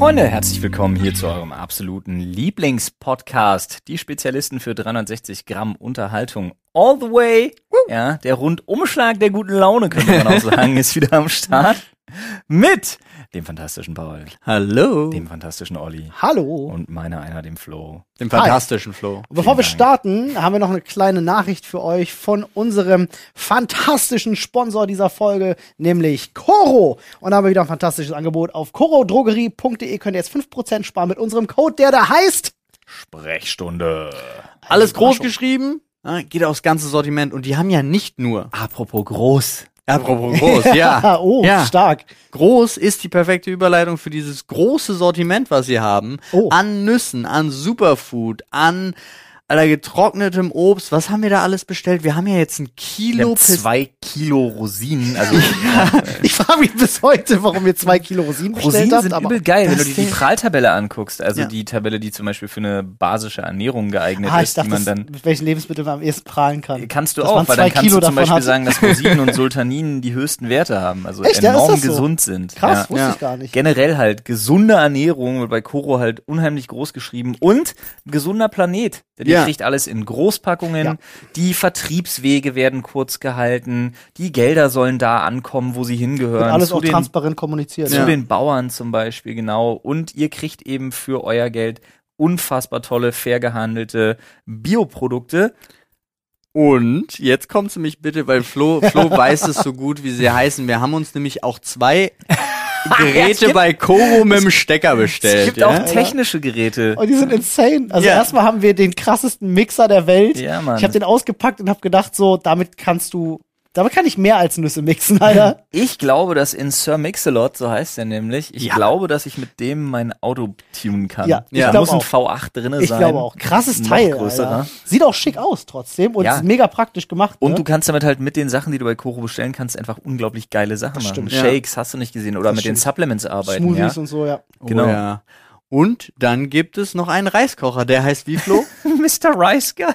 Freunde, herzlich willkommen hier zu eurem absoluten Lieblingspodcast. Die Spezialisten für 360 Gramm Unterhaltung all the way. Ja, der Rundumschlag der guten Laune, könnte man auch sagen, ist wieder am Start. Mit dem fantastischen Paul, Hallo. dem fantastischen Olli Hallo. und meiner einer, dem Flo. Dem fantastischen Flo. Oh. Bevor wir Dank. starten, haben wir noch eine kleine Nachricht für euch von unserem fantastischen Sponsor dieser Folge, nämlich Coro. Und da haben wir wieder ein fantastisches Angebot. Auf corodrogerie.de könnt ihr jetzt 5% sparen mit unserem Code, der da heißt. Sprechstunde. Alles groß geschrieben, äh, geht aufs ganze Sortiment und die haben ja nicht nur. Apropos groß. Apropos groß, ja. Ah, oh, ja. stark. Groß ist die perfekte Überleitung für dieses große Sortiment, was sie haben. Oh. An Nüssen, an Superfood, an aller getrocknetem Obst. Was haben wir da alles bestellt? Wir haben ja jetzt ein Wir Kilo haben Pist zwei Kilo Rosinen. Also Ich frage mich bis heute, warum ihr zwei Kilo Rosinen bestellt Rosinen habt. sind aber übel geil, wenn du das dir die Ding- Prahltabelle anguckst. Also Ja. die Tabelle, die zum Beispiel für eine basische Ernährung geeignet ah, ich ist, die dachte, man das, dann mit welchen Lebensmitteln man am ehesten prahlen kann. Kannst du Dass auch, man weil zwei dann kannst Kilo du zum Beispiel davon hat. sagen, dass Rosinen und Sultaninen die höchsten Werte haben, also Echt, ja, ist enorm das so? gesund sind. Krass, ja. wusste Ja. ich gar nicht. Generell halt gesunde Ernährung wird bei Koro halt unheimlich groß geschrieben und gesunder Planet. Denn ihr Ja. kriegt alles in Großpackungen, Ja. die Vertriebswege werden kurz gehalten, die Gelder sollen da ankommen, wo sie Wird hingehören. alles zu auch den transparent kommuniziert. zu Ja. den Bauern zum Beispiel, genau. Und ihr kriegt eben für euer Geld unfassbar tolle, fair gehandelte Bioprodukte. Und jetzt kommt sie mich bitte, weil Flo, Flo weiß es so gut, wie sie heißen. Wir haben uns nämlich auch zwei Geräte gibt- bei Koro mit dem Stecker bestellt. Ah, es gibt ja? auch technische Geräte. Und die sind insane. Also Ja. erstmal haben wir den krassesten Mixer der Welt. Ja, Mann. Ich habe den ausgepackt und habe gedacht, so, damit kannst du, damit kann ich mehr als Nüsse mixen, Alter. Ich glaube, dass in Sir Mix-a-Lot, so heißt er nämlich, ich Ja. glaube, dass ich mit dem mein Auto tunen kann. Ja, ich da glaub muss ein auch. V8 drinne Ich sein. glaube auch. Krasses Noch Teil. größerer. Alter. Sieht auch schick aus trotzdem und Ja. ist mega praktisch gemacht. Und ne? du kannst damit halt mit den Sachen, die du bei Koro bestellen kannst, einfach unglaublich geile Sachen Das machen. stimmt. Ja. Shakes hast du nicht gesehen oder mit den Supplements arbeiten. Smoothies ja? und so, ja. Genau. Oh, ja. Und dann gibt es noch einen Reiskocher, der heißt wie Flo? Mr. Rice Guy.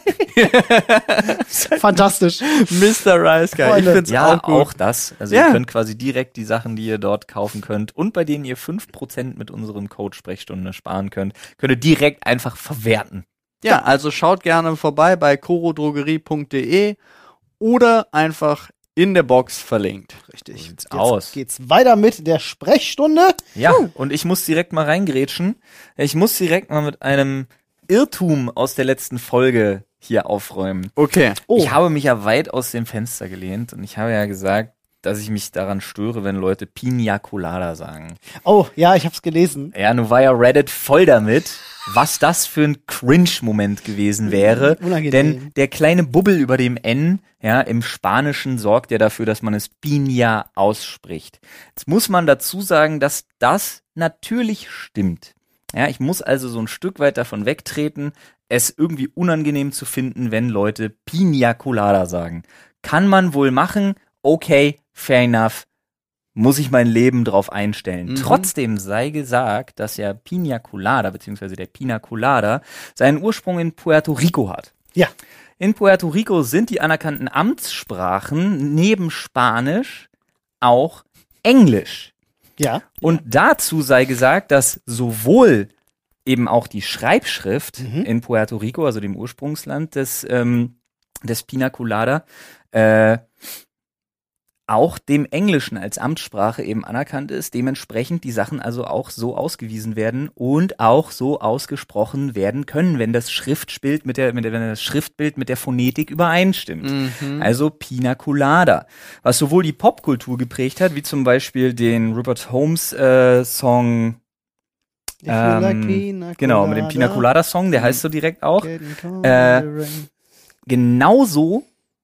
Fantastisch. Mr. Rice Guy. Ich Freunde. find's Ja, auch auch, gut. das. Also ihr Ja. könnt quasi direkt die Sachen, die ihr dort kaufen könnt und bei denen ihr 5% mit unserem Code Sprechstunde sparen könnt, könnt ihr direkt einfach verwerten. Ja, also schaut gerne vorbei bei korodrogerie.de oder einfach in der Box verlinkt. Richtig. sieht's Jetzt aus. geht's weiter mit der Sprechstunde. Ja, und ich muss direkt mal reingrätschen. Ich muss direkt mal mit einem Irrtum aus der letzten Folge hier aufräumen. Okay. Oh. Ich habe mich ja weit aus dem Fenster gelehnt und ich habe ja gesagt, dass ich mich daran störe, wenn Leute Pina Colada sagen. Oh, ja, ich hab's gelesen. Hm. Ja, nun war ja Reddit voll damit, was das für ein Cringe-Moment gewesen wäre. Unangenehm. Denn der kleine Bubbel über dem N, ja, im Spanischen sorgt ja dafür, dass man es Piña ausspricht. Jetzt muss man dazu sagen, dass das natürlich stimmt. Ja, ich muss also so ein Stück weit davon wegtreten, es irgendwie unangenehm zu finden, wenn Leute Piña Colada sagen. Kann man wohl machen, okay, fair enough, muss ich mein Leben drauf einstellen. Mhm. Trotzdem sei gesagt, dass ja Pina Colada, beziehungsweise der Pina Colada, seinen Ursprung in Puerto Rico hat. Ja. In Puerto Rico sind die anerkannten Amtssprachen neben Spanisch auch Englisch. Ja. Und dazu sei gesagt, dass sowohl eben auch die Schreibschrift in Puerto Rico, also dem Ursprungsland des, ähm, des Pina Colada, äh, auch dem Englischen als Amtssprache eben anerkannt ist, dementsprechend die Sachen also auch so ausgewiesen werden und auch so ausgesprochen werden können, wenn das Schriftbild mit der, mit der, wenn das Schriftbild mit der Phonetik Mhm. übereinstimmt. Also Pina Colada, was sowohl die Popkultur geprägt hat, wie zum Beispiel den Rupert Holmes äh, Song, If you like Ähm, Pina genau, mit dem Pina Colada Song, der heißt so direkt auch. getting cold Äh, rain. Genauso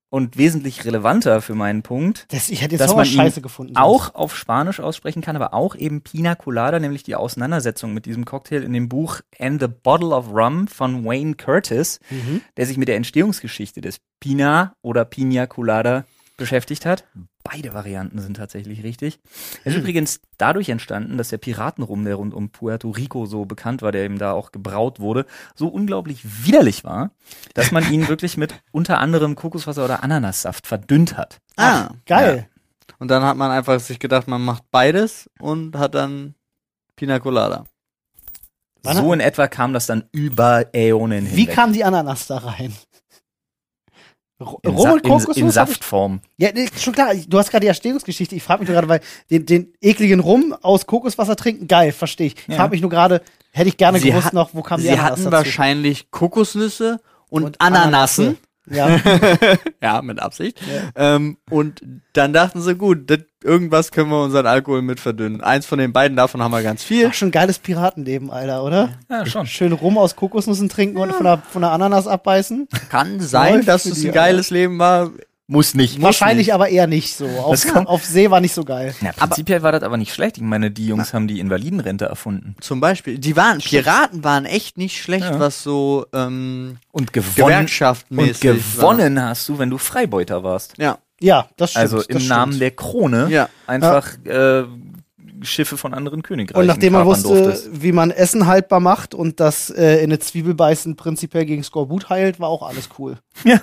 und wesentlich relevanter für meinen Punkt, das, ich hätte jetzt dass auch mal man ihn Scheiße gefunden. auch auf Spanisch aussprechen kann, aber auch eben Pina Colada, nämlich die Auseinandersetzung mit diesem Cocktail in dem Buch And the Bottle of Rum von Wayne Curtis, Mhm. der sich mit der Entstehungsgeschichte des Pina oder Pina Colada beschäftigt hat. Beide Varianten sind tatsächlich richtig. Er ist Hm. übrigens dadurch entstanden, dass der Piratenrum, der rund um Puerto Rico so bekannt war, der eben da auch gebraut wurde, so unglaublich widerlich war, dass man ihn wirklich mit unter anderem Kokoswasser oder Ananassaft verdünnt hat. Ah, Geil. und dann hat man einfach sich gedacht, man macht beides und hat dann Pina Colada. Wann so in etwa kam das dann über Äonen Wie hinweg. kam die Ananas da rein? Ru- in, Rum Sa und Kokosnuss? in, in hab ich- Saftform. Ja, nee, schon klar. Du hast gerade die Erstehungsgeschichte. Ich frage mich nur gerade, weil den, den ekligen Rum aus Kokoswasser trinken, geil, verstehe ich. Ich Ja. frage mich nur gerade, hätte ich gerne Sie gewusst hat- noch, wo kam die Sie Ananas hatten dazu? wahrscheinlich Kokosnüsse und, Ananassen. ne? Ja, Ja, mit Absicht. Ähm, und dann dachten sie, gut, das, irgendwas können wir unseren Alkohol mit verdünnen. Eins von den beiden davon haben wir ganz viel. Ach, schon geiles Piratenleben, Alter, oder? Ja, schon. Schön Rum aus Kokosnüssen trinken und von der, von der Ananas abbeißen. Kann sein, Läuft dass für es die, ein geiles Leben war. Muss nicht. wahrscheinlich aber eher nicht so. Auf, Das kann- auf See war nicht so geil. Na, prinzipiell war das aber nicht schlecht. Ich meine, die Jungs haben die Invalidenrente erfunden. Zum Beispiel, die waren, Piraten waren echt nicht schlecht, Ja. was so ähm, Und gewonnen, gewerkschaftenmäßig und gewonnen hast du, wenn du Freibeuter warst. War. Ja, Ja, das stimmt. Also das im stimmt. Namen der Krone Ja. einfach Äh, Schiffe von anderen Königreichen Und nachdem man kapern wusste, durftest. wie man Essen haltbar macht und das äh, in eine Zwiebel beißen prinzipiell gegen Skorbut heilt, war auch alles cool. Ja.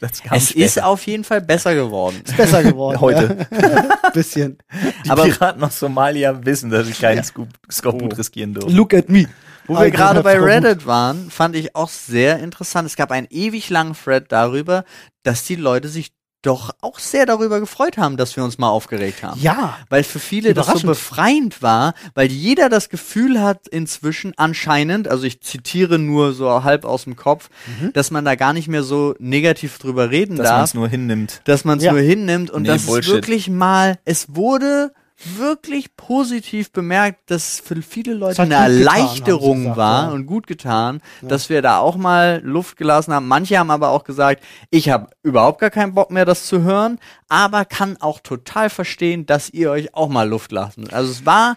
Das kam es später. ist auf jeden Fall besser geworden. Ist besser geworden. Heute. Ja, bisschen. Die Aber- Piraten aus Somalia wissen, dass sie keinen Scoop, Oh. Skorbut riskieren dürfen. Look at me. Wo wir gerade bei Reddit waren, fand ich auch sehr interessant. Es gab einen ewig langen Thread darüber, dass die Leute sich doch auch sehr darüber gefreut haben, dass wir uns mal aufgeregt haben. Ja. Weil für viele das so Überraschend. befreiend war, weil jeder das Gefühl hat inzwischen anscheinend, also ich zitiere nur so halb aus dem Kopf, dass man da gar nicht mehr so negativ drüber reden Dass man darf, es nur hinnimmt. dass man es Ja. nur hinnimmt und Nee, dass es Bullshit. wirklich mal, es wurde wirklich positiv bemerkt, dass es für viele Es Leute hat eine gut getan, Erleichterung haben sie gesagt, war ja. und gut getan, dass wir da auch mal Luft gelassen haben. Manche haben aber auch gesagt, ich habe überhaupt gar keinen Bock mehr, das zu hören, aber kann auch total verstehen, dass ihr euch auch mal Luft lassen. Also es war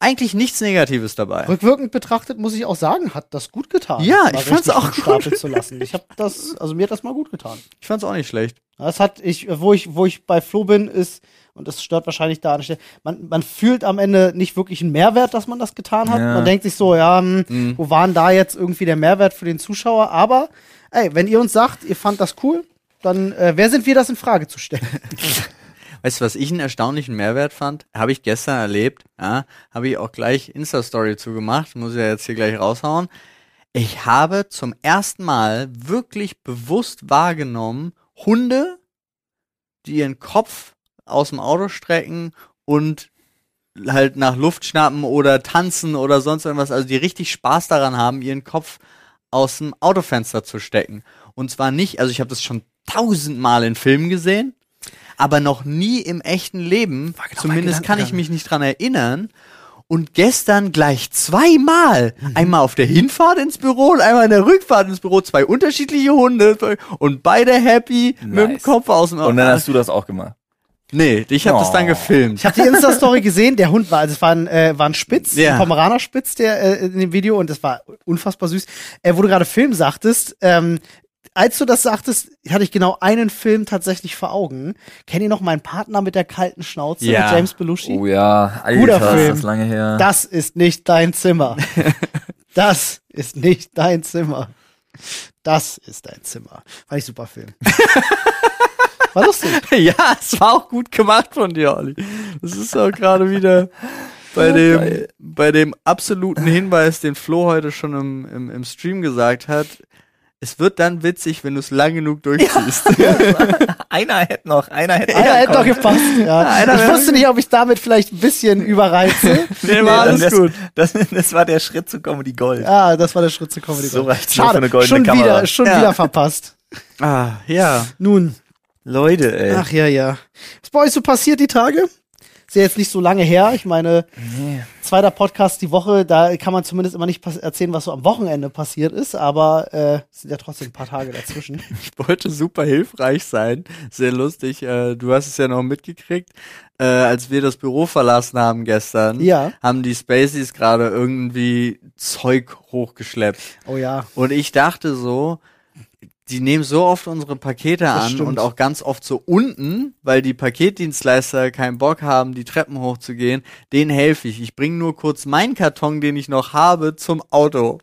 eigentlich nichts Negatives dabei. Rückwirkend betrachtet muss ich auch sagen, hat das gut getan. Ja, mal ich fand's richtig auch vom gut. Stapel zu lassen. Ich habe das, also mir hat das mal gut getan. Ich fand's auch nicht schlecht. Das hat ich, wo ich, wo ich bei Flo bin, ist und das stört wahrscheinlich da an der Stelle. Man, man fühlt am Ende nicht wirklich einen Mehrwert, dass man das getan hat. Ja. Man denkt sich so, ja, hm, wo war denn da jetzt irgendwie der Mehrwert für den Zuschauer? Aber, ey, wenn ihr uns sagt, ihr fand das cool, dann äh, wer sind wir, das in Frage zu stellen? Weißt du, was ich einen erstaunlichen Mehrwert fand? Habe ich gestern erlebt. Ja, habe ich auch gleich Insta-Story zugemacht. Muss ich ja jetzt hier gleich raushauen. Ich habe zum ersten Mal wirklich bewusst wahrgenommen, Hunde, die ihren Kopf aus dem Auto strecken und halt nach Luft schnappen oder tanzen oder sonst irgendwas, also die richtig Spaß daran haben, ihren Kopf aus dem Autofenster zu stecken. Und zwar nicht, also ich habe das schon tausendmal in Filmen gesehen, aber noch nie im echten Leben. Zumindest kann ich mich nicht dran erinnern. Und gestern gleich zweimal, einmal auf der Hinfahrt ins Büro und einmal in der Rückfahrt ins Büro, zwei unterschiedliche Hunde und beide happy mit dem Nice. Kopf aus dem Und dann hast du das auch gemacht. Nee, ich habe das dann Oh. gefilmt. Ich habe die Insta-Story gesehen, der Hund war, also es war ein, äh, war ein Spitz, Ja. ein Pomeraner Spitz, der äh, in dem Video, und das war unfassbar süß. Äh, wo du gerade Film sagtest, ähm, als du das sagtest, hatte ich genau einen Film tatsächlich vor Augen. Kennt ihr noch meinen Partner mit der kalten Schnauze, Ja. Oh mit James Belushi? Oh ja, Alter, Guter Film. lange her. Das ist nicht dein Zimmer. das ist nicht dein Zimmer. Das ist dein Zimmer. Fand ich super Film. War lustig. ja, es war auch gut gemacht von dir, Olli. Das ist auch gerade wieder bei dem, bei dem absoluten Hinweis, den Flo heute schon im, im, im Stream gesagt hat. Es wird dann witzig, wenn du es lang genug durchziehst. einer hätte noch, einer hätte Einer hätte doch gepasst. Ja. einer Ich wäre- wusste nicht, ob ich damit vielleicht ein bisschen überreize. Nee, nee, war dann alles das, gut. Das, das war der Schritt zu Comedy Gold. Ja, Ah, das war der Schritt zur Comedy. So reicht's nur für Schade, eine goldene schon Kamera. wieder, schon Ja. wieder verpasst. Ah, ja. Nun, Leute, ey. ach ja, ja. Was bei euch so passiert die Tage? Ist ja jetzt nicht so lange her. Ich meine, zweiter Podcast die Woche, da kann man zumindest immer nicht pass- erzählen, was so am Wochenende passiert ist, aber äh, es sind ja trotzdem ein paar Tage dazwischen. Ich wollte super hilfreich sein. Sehr lustig. Äh, du hast es ja noch mitgekriegt. Äh, als wir das Büro verlassen haben gestern, Ja. haben die Spaceys gerade irgendwie Zeug hochgeschleppt. Oh ja. Und ich dachte so, die nehmen so oft unsere Pakete an stimmt. und auch ganz oft so unten, weil die Paketdienstleister keinen Bock haben, die Treppen hochzugehen, denen helfe ich. Ich bringe nur kurz meinen Karton, den ich noch habe, zum Auto.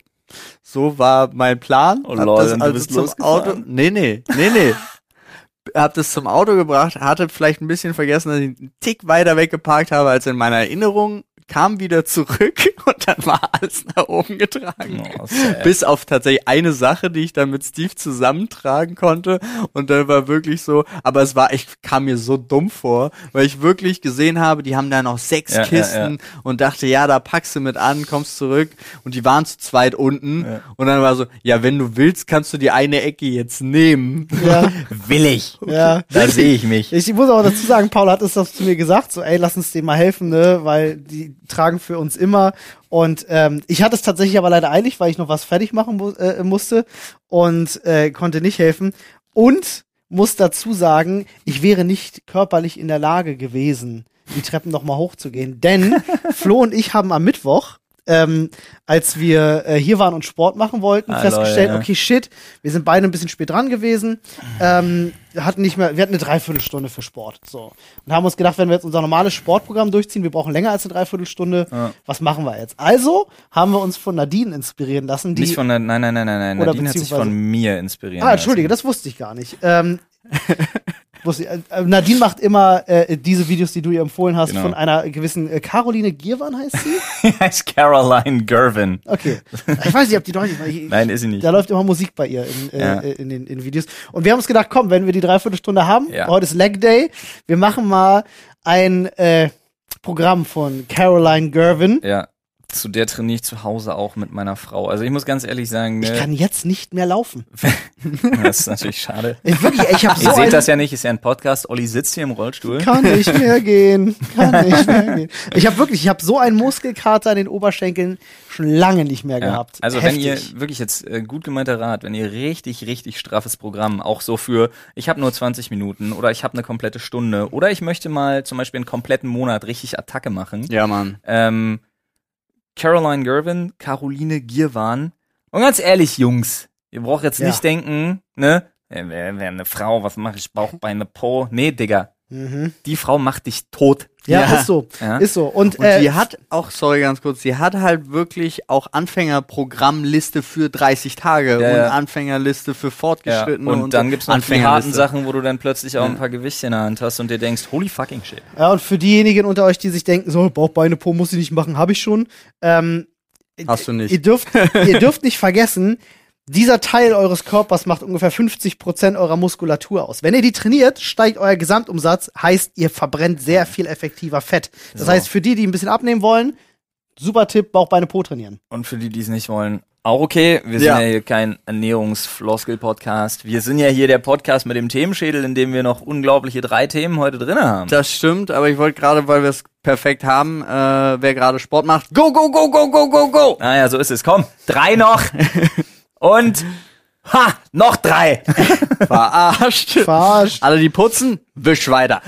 So war mein Plan. also Oh lol, und du bist zum losgefahren? Auto. Nee, nee, nee, nee. hab das zum Auto gebracht, hatte vielleicht ein bisschen vergessen, dass ich einen Tick weiter weggeparkt habe, als in meiner Erinnerung kam wieder zurück und dann war alles nach oben getragen. Oh, sad. Bis auf tatsächlich eine Sache, die ich dann mit Steve zusammentragen konnte. Und dann war wirklich so, aber es war, ich kam mir so dumm vor, weil ich wirklich gesehen habe, die haben da noch sechs Ja, ja, Kisten ja. und dachte, ja, da packst du mit an, kommst zurück. Und die waren zu zweit unten. Ja. Und dann war so, ja, wenn du willst, kannst du die eine Ecke jetzt nehmen. Ja. Will ich. Ja. Da sehe ich mich. Ich muss aber dazu sagen, Paul hat es das zu mir gesagt, so ey, lass uns denen mal helfen, ne, weil die tragen für uns immer. Und ähm, ich hatte es tatsächlich aber leider eilig, weil ich noch was fertig machen mu äh, musste und äh, konnte nicht helfen. Und muss dazu sagen, ich wäre nicht körperlich in der Lage gewesen, die Treppen noch mal hochzugehen, denn Flo und ich haben am Mittwoch ähm, als wir äh, hier waren und Sport machen wollten, Ah, festgestellt, lol, ja. okay, shit, wir sind beide ein bisschen spät dran gewesen, ähm, hatten nicht mehr, wir hatten eine Dreiviertelstunde für Sport, so. Und haben uns gedacht, wenn wir jetzt unser normales Sportprogramm durchziehen, wir brauchen länger als eine Dreiviertelstunde, Ja. was machen wir jetzt? Also haben wir uns von Nadine inspirieren lassen, die, Nicht von der, nein, nein, nein, nein, nein. Oder Nadine hat sich beziehungsweise- von mir inspirieren ah, entschuldige, lassen. das wusste ich gar nicht, ähm, wusste ich, äh, Nadine macht immer äh, diese Videos, die du ihr empfohlen hast, Genau. von einer gewissen äh, Caroline Gierwan heißt sie? Die heißt Caroline Gervin. Okay. Ich weiß nicht, ob die deutlich war. Ich- Nein, ist sie nicht. Da läuft immer Musik bei ihr in, äh, Ja. in den in Videos. Und wir haben uns gedacht, komm, wenn wir die Dreiviertelstunde haben, Ja. heute ist Leg Day, wir machen mal ein äh, Programm von Caroline Gervin. Ja. Zu der trainiere ich zu Hause auch mit meiner Frau. Also ich muss ganz ehrlich sagen, Ich ne, kann jetzt nicht mehr laufen. das ist natürlich schade. Ich, wirklich, ich habe so also- Ihr einen- seht das ja nicht, ist ja ein Podcast. Olli sitzt hier im Rollstuhl. kann nicht mehr gehen, kann nicht mehr gehen. Ich habe wirklich, ich habe so einen Muskelkater in den Oberschenkeln schon lange nicht mehr Ja. gehabt. Also wenn Heftig. ihr wirklich jetzt äh, gut gemeinter Rat, wenn ihr richtig richtig straffes Programm, auch so für ich habe nur 20 Minuten oder ich habe eine komplette Stunde oder ich möchte mal zum Beispiel einen kompletten Monat richtig Attacke machen. Ja, Mann. Ähm, Caroline Gervin, Caroline Gierwan und ganz ehrlich Jungs, ihr braucht jetzt Ja. nicht denken, ne? Äh, Wer, wer eine Frau, was mache ich? Bauch, Beine, Po. Nee, Digga. Mhm. Die Frau macht dich tot. Ja, Ja. ist so. Ja. Ist so. Und, Und äh, die hat auch, sorry ganz kurz, sie hat halt wirklich auch Anfängerprogrammliste für 30 Tage Ja, und ja. Anfängerliste für Ja, Fortgeschrittene. und dann gibt's noch die harten Anfängerliste. Sachen, wo du dann plötzlich auch ein Ja. paar Gewichte in der Hand hast und dir denkst, holy fucking shit. Ja, und für diejenigen unter euch, die sich denken, so, Bauch, Beine, Po muss ich nicht machen, habe ich schon. Ähm, Hast du nicht. ihr, dürft, ihr dürft nicht vergessen, dieser Teil eures Körpers macht ungefähr 50% eurer Muskulatur aus. Wenn ihr die trainiert, steigt euer Gesamtumsatz, heißt, ihr verbrennt sehr viel effektiver Fett. So. Das heißt, für die, die ein bisschen abnehmen wollen, super Tipp, Bauch, Beine, Po trainieren. Und für die, die es nicht wollen, auch okay. Wir sind Ja. ja hier kein Ernährungsfloskel-Podcast. Wir sind ja hier der Podcast mit dem Themenschädel, in dem wir noch unglaubliche drei Themen heute drin haben. Das stimmt, aber ich wollte gerade, weil wir es perfekt haben, äh, wer gerade Sport macht, go, go, go, go, go, go, go. Naja, so ist es. Komm, drei noch. Und, ha, noch drei. Verarscht. Verarscht. Alle, die putzen, wisch weiter.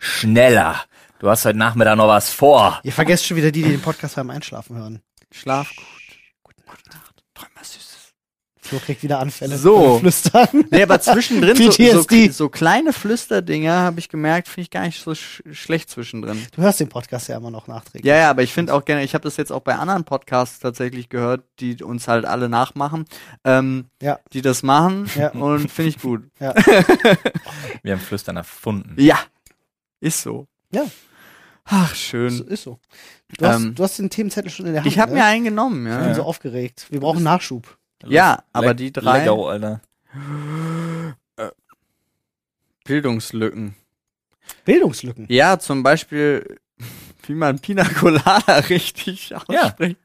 Schneller. Du hast heute Nachmittag noch was vor. Ihr vergesst schon wieder die, die den Podcast beim Einschlafen hören. Schlaf gut. Gute Nacht. Träum was Süßes. Flo kriegt wieder Anfälle. So. beim Flüstern. Nee, aber zwischendrin so, so, PTSD. so kleine Flüsterdinger habe ich gemerkt, finde ich gar nicht so sch schlecht zwischendrin. Du hörst den Podcast ja immer noch nachträglich. Ja, ja, aber ich finde auch gerne, ich habe das jetzt auch bei anderen Podcasts tatsächlich gehört, die uns halt alle nachmachen, ähm, Ja. die das machen Ja. und finde ich gut. Wir haben Flüstern erfunden. Ja, ist so. Ja. Ach, Ist, schön. ist so. Du hast, Ähm, du hast den Themenzettel schon in der Hand. Ich habe ne? mir einen genommen, Ich bin ja. so aufgeregt. Wir brauchen Nachschub. Ja, aber die drei- Lego, Alter. Bildungslücken. Bildungslücken. Ja, zum Beispiel, wie man Pina Colada richtig ausspricht.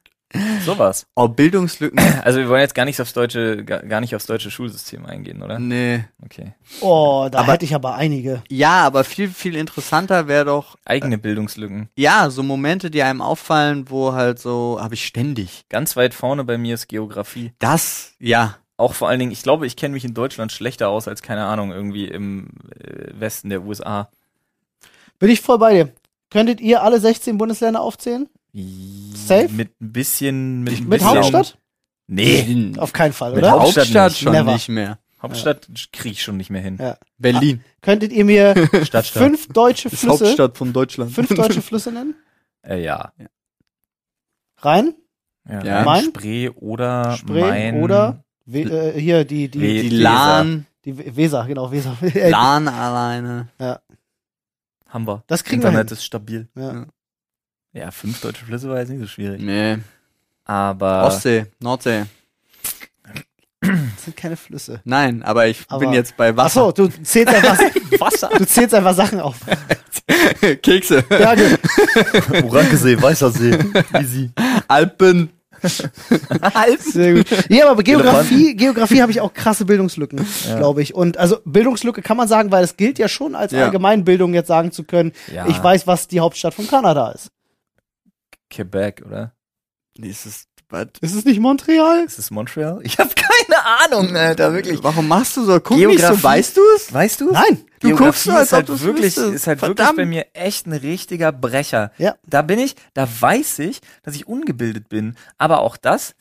Sowas. Oh, Bildungslücken. Also wir wollen jetzt gar nicht aufs deutsche, gar gar nicht aufs deutsche Schulsystem eingehen, oder? nee. Okay. Oh, da Aber- hätte ich aber einige. Ja, aber viel, viel interessanter wäre doch Eigene Bildungslücken. Ja, so Momente, die einem auffallen, wo halt so, habe ich ständig. Ganz weit vorne bei mir ist Geografie. Das, ja. Auch vor allen Dingen, ich glaube, ich kenne mich in Deutschland schlechter aus als, keine Ahnung, irgendwie im äh, Westen der USA. Bin ich voll bei dir. Könntet ihr alle 16 Bundesländer aufzählen? Safe? Mit ein bisschen. Mit, ein Mit bisschen, Hauptstadt? Nee. Auf keinen Fall, Mit oder? Haupt- Hauptstadt, Hauptstadt nicht. schon Never. nicht mehr. Hauptstadt kriege ich schon nicht mehr hin. Ja. Berlin. Könntet ihr mir Stadt, Stadt. fünf deutsche ist Ah, Flüsse, Hauptstadt von Deutschland. fünf deutsche Flüsse nennen? Äh, ja. Rhein, Ja. Rhein, Main? Spree oder Spree Main. oder We äh, hier die die, Ah, We- die Weser. Lahn, die We- Weser, genau Weser. Äh, Lahn alleine. Haben wir. Das kriegen wir Internet hin. ist stabil. Ja. Ja, fünf deutsche Flüsse war jetzt nicht so schwierig. Nee. Ah. Aber Ostsee, Nordsee. Das sind keine Flüsse. Nein, aber ich Aber- bin jetzt bei Wasser. Achso, du zählst einfach, Wasser. Du zählst einfach Sachen auf. Kekse. Ja, du, Urankesee, Weißersee, easy. Alpen. Sehr gut. Ja, aber Geografie, Geografie habe ich auch krasse Bildungslücken, glaube ich. Und also Bildungslücke kann man sagen, weil es gilt ja schon als Ja. Allgemeinbildung jetzt sagen zu können, Ja. ich weiß, was die Hauptstadt von Kanada ist. Quebec, oder? Nee, ist das, was? Ist es nicht Montreal? Ist es Montreal? Ich habe keine Ahnung, Alter, wirklich. Warum machst du so? Guck Geografie? nicht so, weißt du es? Weißt du? Nein. Du Geografie guckst so, als ist ob halt du's wirklich, wüsstest. ist halt wirklich Verdammt. bei mir echt ein richtiger Brecher. Ja. Da bin ich, da weiß ich, dass ich ungebildet bin. Aber auch das,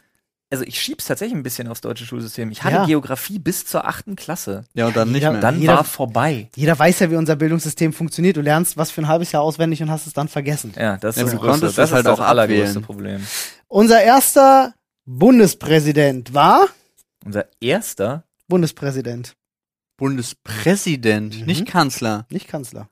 also ich schieb's tatsächlich ein bisschen aufs deutsche Schulsystem. Ich hatte Ja. Geografie bis zur achten Klasse. Ja, und dann nicht Ja, mehr. Dann Jeder- war vorbei. Jeder weiß ja, wie unser Bildungssystem funktioniert. Du lernst was für ein halbes Jahr auswendig und hast es dann vergessen. Ja, das Ja, ist du das größte, konntest das, das ist halt das auch allergrößte abwählen. Problem. Unser erster Bundespräsident war Unser erster, Bundespräsident, Bundespräsident, Mhm. nicht Kanzler. nicht Kanzler.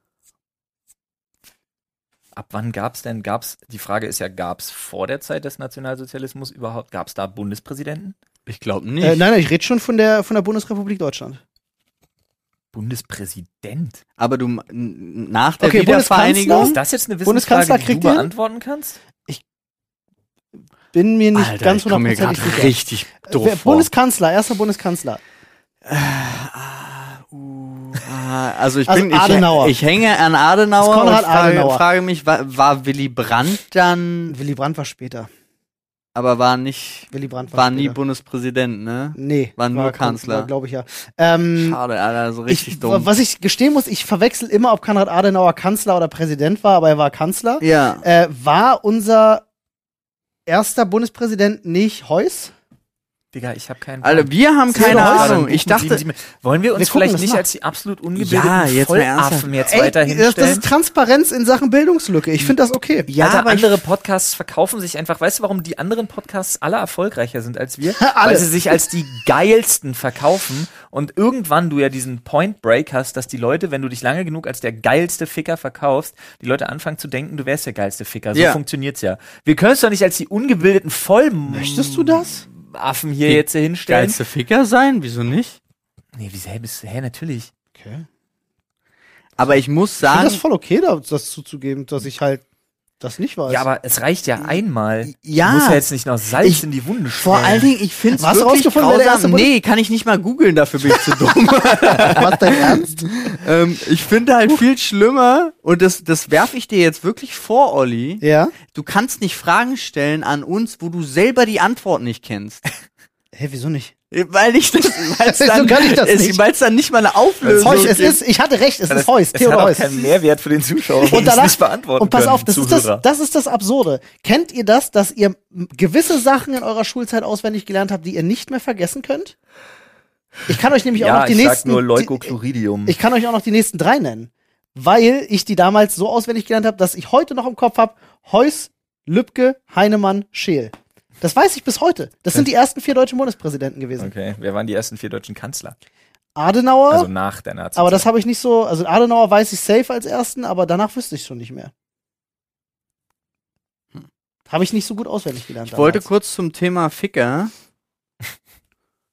ab wann gab's denn, gab's, die Frage ist ja, gab's vor der Zeit des Nationalsozialismus überhaupt, gab's da Bundespräsidenten? Ich glaube nicht. Äh, nein, nein, ich rede schon von der, von der Bundesrepublik Deutschland. Bundespräsident? Aber du, n- n- nach der Okay, Ist Wiedervereinigung, das jetzt eine Bundeskanzler Wissensfrage, die du kriegt den? beantworten kannst? Bin mir nicht Alter, ganz ich komm mir hundertprozentig gerade sicher. richtig doof Wer- vor. Bundeskanzler, erster Bundeskanzler. Ah, also ich Also bin, ich, Adenauer. ich hänge an Adenauer und Konrad frage, Adenauer. frage mich, war, war Willy Brandt dann, Willy Brandt war später. aber war nicht, Willy Brandt war, war nie später. Bundespräsident, ne? Nee, war nur Kanzler. Glaube ich ja. Ähm, Schade, Alter, so richtig ich, dumm. Was ich gestehen muss, ich verwechsel immer, ob Konrad Adenauer Kanzler oder Präsident war, aber er war Kanzler. ja. Äh, war unser erster Bundespräsident nicht Heuss? Digga, ich habe keinen Alter, wir haben Zähl keine doch aus. Ahnung. Ich dachte, wollen wir Wir uns gucken vielleicht das nicht nach. als die absolut ungebildeten Ja, jetzt mal ernsthaft. Vollaffen jetzt Ey, weiter das, das hinstellen? ist Transparenz in Sachen Bildungslücke. Ich finde das okay. ja, Alter, aber ich, andere Podcasts verkaufen sich einfach. Weißt du, warum die anderen Podcasts alle erfolgreicher sind als wir? Alle. Weil sie sich als die geilsten verkaufen und irgendwann du ja diesen Point Break hast, dass die Leute, wenn du dich lange genug als der geilste Ficker verkaufst, die Leute anfangen zu denken, du wärst der geilste Ficker. So Ja. funktioniert's ja. Wir können es doch nicht als die ungebildeten Vollaffen Möchtest du das? hier Die jetzt hier hinstellen. geilste Ficker sein, wieso nicht? Nee, wieso? Hä, bist- hä, natürlich. Okay. Aber ich muss Ich sagen, finde das voll okay, da- das zuzugeben, dass ich halt das nicht weiß. Ja, aber es reicht ja einmal. ja. Du musst ja jetzt nicht noch Salz Ich- in die Wunde vor schmieren. allen Dingen, ich finde es Hast du wirklich rausgefunden, wer der erste grausam. Bundes- Nee, kann ich nicht mal googeln, dafür bin ich zu dumm. was dein Ernst? ähm, ich finde halt viel schlimmer, und das, das werfe ich dir jetzt wirklich vor, Olli. Ja. Du kannst nicht Fragen stellen an uns, wo du selber die Antwort nicht kennst. Hä, wieso nicht? Weil ich das, weil's So dann, kann ich das es- nicht. weil's dann nicht mal eine Auflösung Heuss, es gibt. ist, ich hatte recht, es Das- ist Heuss, das hat Theodor auch Heuss. keinen Mehrwert für den Zuschauer, wenn Und die es danach, nicht beantworten und pass können, auf, das ist das, Zuhörer. das ist das Absurde. Kennt ihr das, dass ihr m- gewisse Sachen in eurer Schulzeit auswendig gelernt habt, die ihr nicht mehr vergessen könnt? Ich kann euch nämlich auch noch ja, die ich sag nächsten. nur die, Leukochloриdium. ich kann euch auch noch die nächsten drei nennen. Weil ich die damals so auswendig gelernt habe, dass ich heute noch im Kopf habe: Heuss, Lübke, Heinemann, Scheel. Das weiß ich bis heute. Das sind die ersten vier deutschen Bundespräsidenten gewesen. Okay, wer waren die ersten vier deutschen Kanzler? Adenauer, Also nach der Nazi. Oh. aber das habe ich nicht so. Also Adenauer weiß ich safe als ersten, aber danach wüsste ich schon nicht mehr. Habe ich nicht so gut auswendig gelernt. Hm. Ich wollte damals. kurz zum Thema Ficker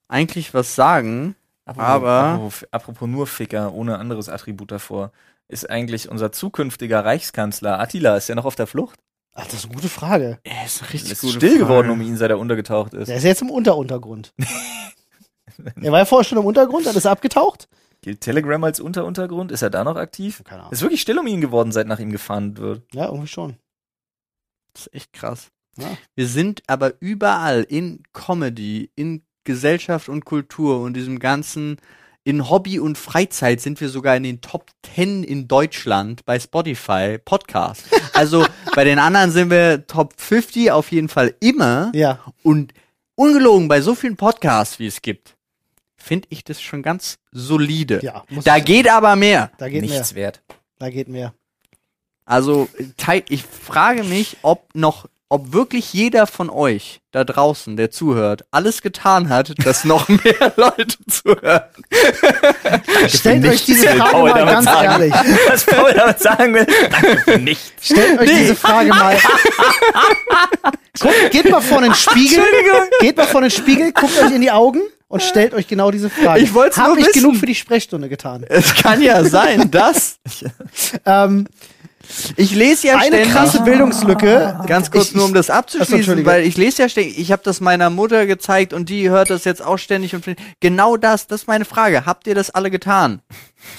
eigentlich was sagen. aber- apropos, apropos nur Ficker, ohne anderes Attribut davor, ist eigentlich unser zukünftiger Reichskanzler Attila, ist ja noch auf der Flucht? Ach, das ist eine gute Frage. Er ist eine Ist richtig still geworden um ihn, seit er untergetaucht ist. Der ist jetzt im Unteruntergrund. er war ja vorher schon im Untergrund, dann ist er abgetaucht. Gilt Telegram als Unteruntergrund? Ist er da noch aktiv? Keine Ahnung. Ist wirklich still um ihn geworden, seit nach ihm gefahndet wird. Ja, irgendwie schon. Das ist echt krass. Ja. Wir sind aber überall in Comedy, in Gesellschaft und Kultur und diesem ganzen, in Hobby und Freizeit sind wir sogar in den Top 10 in Deutschland bei Spotify Podcast. Also bei den anderen sind wir Top 50 auf jeden Fall immer Ja. und ungelogen bei so vielen Podcasts, wie es gibt, finde ich das schon ganz solide. Ja. muss Da ich- geht aber mehr. da geht Nichts mehr. wert. Da geht mehr. Also, Teil- ich frage mich, ob noch ob wirklich jeder von euch da draußen, der zuhört, alles getan hat, dass noch mehr Leute zuhören. Stellt euch nichts, diese will Frage Paul mal damit ganz sagen. ehrlich. Was Paul damit sagen will, danke für nichts. Stellt euch diese Frage mal. Guckt, geht mal vor den Spiegel. Geht mal vor den Spiegel, guckt euch in die Augen und stellt euch genau diese Frage. Ich wollt's Hab nur ich wissen. genug für die Sprechstunde getan? Es kann ja sein, dass Ähm, ich lese ja eine ständig- krasse Bildungslücke. Ganz kurz Ich- nur, um das Achso, abzuschließen, Entschuldige. weil ich lese ja ständig, ich habe das meiner Mutter gezeigt und die hört das jetzt auch ständig und findet- genau das, das ist meine Frage. Habt ihr das alle getan?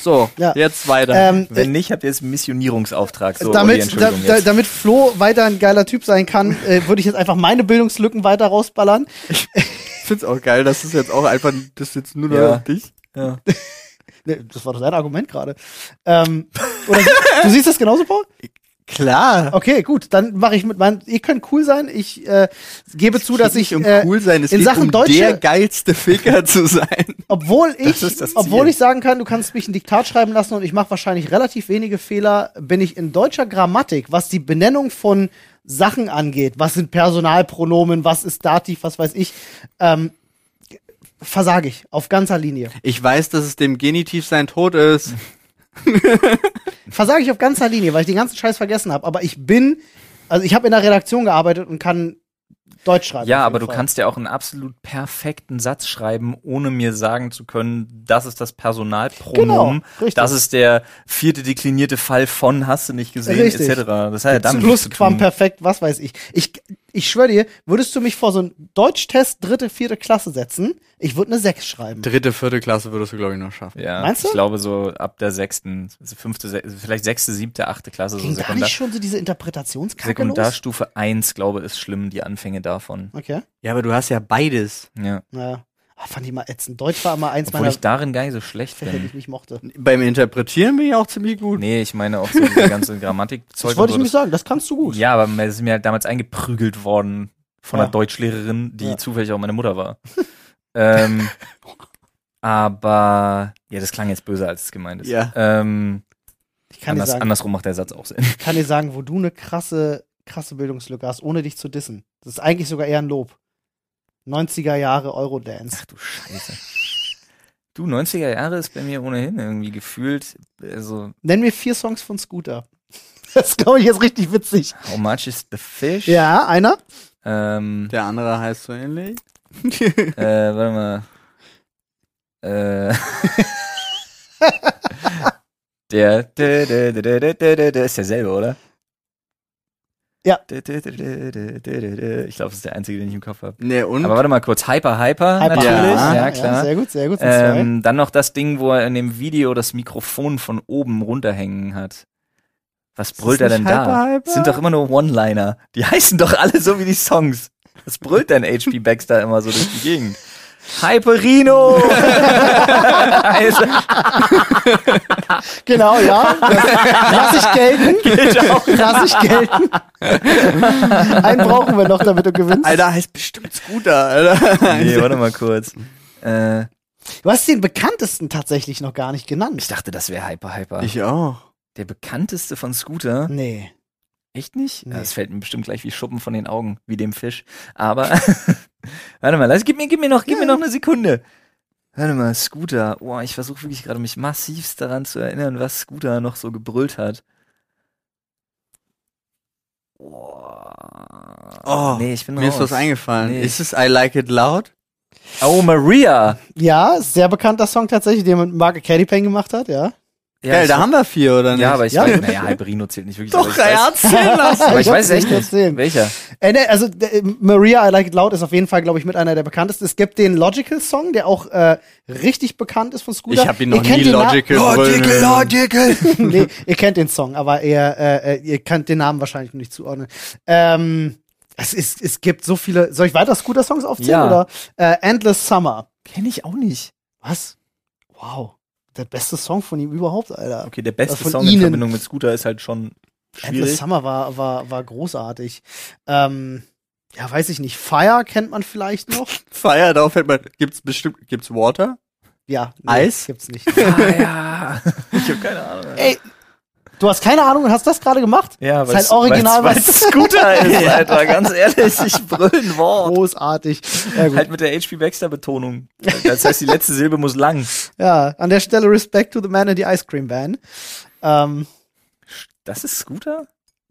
So, Ja. jetzt weiter. Ähm, Wenn nicht, habt ihr jetzt einen Missionierungsauftrag. So, Olli, damit, da, Entschuldigung da, jetzt. damit Flo weiter ein geiler Typ sein kann, äh, würde ich jetzt einfach meine Bildungslücken weiter rausballern. ich find's auch geil, das ist jetzt auch einfach, das ist jetzt nur noch Ja. dich. ja. Ne, das war doch dein Argument gerade. Ähm, oder, du siehst das genauso, Paul? Klar. Okay, gut, dann mache ich mit meinem. Ihr könnt cool sein. Ich äh, gebe zu, dass ich um äh, cool sein, es in geht Sachen um deutsche, der geilste Ficker zu sein. obwohl ich, ist das Ziel. obwohl ich sagen kann, du kannst mich ein Diktat schreiben lassen und ich mache wahrscheinlich relativ wenige Fehler, bin ich in deutscher Grammatik, was die Benennung von Sachen angeht, was sind Personalpronomen, was ist Dativ, was weiß ich, ähm, versage ich auf ganzer Linie. Ich weiß, dass es dem Genitiv sein Tod ist. Versage ich auf ganzer Linie, weil ich den ganzen Scheiß vergessen habe. Aber ich bin, also ich habe in der Redaktion gearbeitet und kann Deutsch schreiben. Ja, auf aber jeden du Fall. kannst ja auch einen absolut perfekten Satz schreiben, ohne mir sagen zu können, das ist das Personalpronomen, Genau, richtig. das ist der vierte deklinierte Fall von hast du nicht gesehen, Richtig. etc. Das hat ja damit nichts Plus zu Quam tun. perfekt, was weiß ich. Ich, ich schwöre dir, würdest du mich vor so einen Deutschtest dritte, vierte Klasse setzen, ich würde eine 6 schreiben. Dritte, vierte Klasse würdest du, glaube ich, noch schaffen. Ja, Meinst du? ich glaube so ab der sechsten, also fünfte, se vielleicht sechste, siebte, achte Klasse, so Ging da Sekundar nicht schon so diese Interpretationskacke los? Sekundarstufe 1, glaube ist schlimm, die Anfänge davon. Okay, Ja, aber du hast ja beides. Ja. naja. Ah, fand ich mal ätzend. Deutsch war immer eins Obwohl meiner ich darin gar nicht so schlecht Fächer, die bin. ich nicht mochte. Beim Interpretieren bin ich auch ziemlich gut. Nee, ich meine auch so diese ganze Grammatikzeug. Das wollte ich und so, nicht sagen, das kannst du gut. Ja, aber mir- es ist mir halt damals eingeprügelt worden von Ja. einer Deutschlehrerin, die Ja. zufällig auch meine Mutter war. ähm, aber ja, das klang jetzt böser, als es gemeint ist. Ja. Ähm, ich kann dir, anders, sagen, andersrum macht der Satz auch Sinn. kann dir sagen, wo du eine krasse, krasse Bildungslücke hast, ohne dich zu dissen. Das ist eigentlich sogar eher ein Lob. 90er Jahre Eurodance. Ach du Scheiße. Du, 90er Jahre ist bei mir ohnehin irgendwie gefühlt, also, Nenn mir vier Songs von Scooter. Das glaube ich jetzt richtig witzig. how much is the fish? Ja, einer? Ähm, Der andere heißt so ähnlich. äh, warte mal. Äh. der, der, der, der, der, der, der, der ist derselbe, oder? Ja. Der, der, der, der, der, der, der, der. Ich glaube, das ist der einzige, den ich im Kopf habe. Nee, und? Aber warte mal kurz. Hyper, Hyper, Hm. Hyper. natürlich. Ja, Ja, Ja, klar. sehr gut, sehr gut. sind zwei. ähm, dann noch das Ding, wo er in dem Video das Mikrofon von oben runterhängen hat. Was brüllt er das denn nicht da? Hyper, Hyper? Das sind doch immer nur One-Liner. Die heißen doch alle so wie die Songs. Was brüllt denn HP Baxter immer so durch die Gegend? Hyperino! Also, Genau, ja. Das lass ich gelten. Lass ich gelten. Einen brauchen wir noch, damit du gewinnst. Alter, heißt bestimmt Scooter, Alter. nee, warte mal kurz. Äh, Du hast den bekanntesten tatsächlich noch gar nicht genannt. ich dachte, das wäre Hyper Hyper. Ich auch. Der bekannteste von Scooter. Nee. Echt nicht? Nee. Das fällt mir bestimmt gleich wie Schuppen von den Augen, wie dem Fisch. Aber warte mal, lass, gib mir, gib mir noch, gib mir noch eine Sekunde. Warte mal, Scooter. Boah, ich versuche wirklich gerade mich massivst daran zu erinnern, was Scooter noch so gebrüllt hat. Boah. Oh, nee, ich bin Mir ist raus. was eingefallen. Nee. Ist es I Like It Loud? Oh, Maria. Ja, sehr bekannter Song tatsächlich, den Mark Caddypain gemacht hat, ja. Ja, Geil, ich, da haben wir vier, oder nicht? ja aber ich Ja. weiß, naja, Hyperino zählt nicht wirklich. aber Doch, ich weiß, er hat's sehen lassen. aber ich Ich weiß es hab's echt nicht nicht. gesehen. Welcher? Äh, ne, also d- Maria I Like It Loud ist auf jeden Fall, glaube ich, mit einer der bekanntesten. Es gibt den Logical Song, der auch äh, richtig bekannt ist von Scooter. Ich hab ihn Ihr noch kennt nie ne? den Na- Logical brüllen hören. logical. nee, ihr kennt den Song, aber ihr, äh, äh, ihr könnt den Namen wahrscheinlich nicht zuordnen. Ähm, es, ist, es gibt so viele. Soll ich weiter Scooter-Songs aufzählen? Ja. Oder? Äh, Endless Summer. Kenn ich auch nicht. Was? Wow. Der beste Song von ihm überhaupt, Alter. Okay, der beste Von Song in Ihnen. Verbindung mit Scooter ist halt schon Endless schwierig. Summer war, war, war großartig. Ähm, ja, weiß ich nicht. Fire kennt man vielleicht noch. Feier, darauf hätte man. Gibt's bestimmt. Gibt's Water? Ja. Eis? Gibt's nicht. Ah, ja. Ich habe keine Ahnung. Ey, Du hast keine Ahnung und hast das gerade gemacht? Ja, ist halt original, weil Scooter ist, Alter. Ganz ehrlich, ich brüllen Oh, Wort. großartig. Ja, gut. Halt mit der HP Baxter Betonung. Das heißt, die letzte Silbe muss lang. ja, an der Stelle Respect to the man in the ice cream van. Ähm, Das ist Scooter?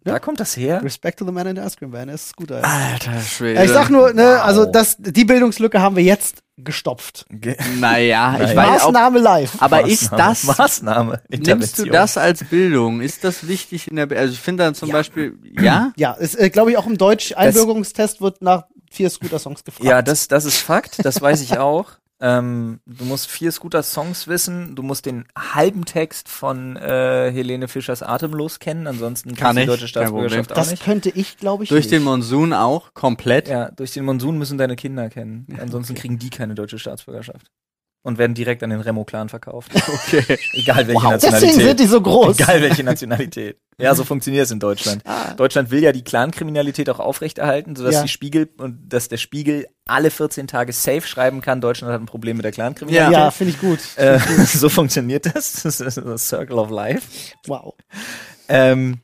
Ja. Da kommt das her? Respect to the man in the ice cream van ist gut. Ey. Alter Schwede. Ja, ich sag nur, ne, Wow. also das, die Bildungslücke haben wir jetzt gestopft. naja, ich Naja. weiß auch. Maßnahme live. Aber ist das Maßnahme? Nimmst du Intervention. das als Bildung? Ist das wichtig in der Be Also ich finde dann zum Beispiel, ja? Ja, ist, äh, glaube ich, auch im Deutsch-Einbürgerungstest wird nach vier Scooter-Songs gefragt. Ja, das, das ist Fakt, das weiß ich auch. Ähm, du musst vier Scooter-Songs wissen, du musst den halben Text von äh, Helene Fischers Atemlos kennen, ansonsten kannst du Kann die ich, deutsche kein Staatsbürgerschaft auch das nicht. könnte ich, glaube ich, Durch nicht. den Monsun auch komplett. Ja, durch den Monsun müssen deine Kinder kennen, ansonsten kriegen die keine deutsche Staatsbürgerschaft. Und werden direkt an den Remo-Clan verkauft. Okay. Egal welche Wow. Nationalität. Deswegen sind die so groß. Ah. Egal welche Nationalität. Ja, so funktioniert es in Deutschland. Deutschland will ja die Clankriminalität auch aufrechterhalten, sodass Ja. die Spiegel und dass der Spiegel alle 14 Tage safe schreiben kann, Deutschland hat ein Problem mit der Ja, Clankriminalität. finde ich gut. Äh, so funktioniert das. Das ist das Circle of Life. Wow. Ähm,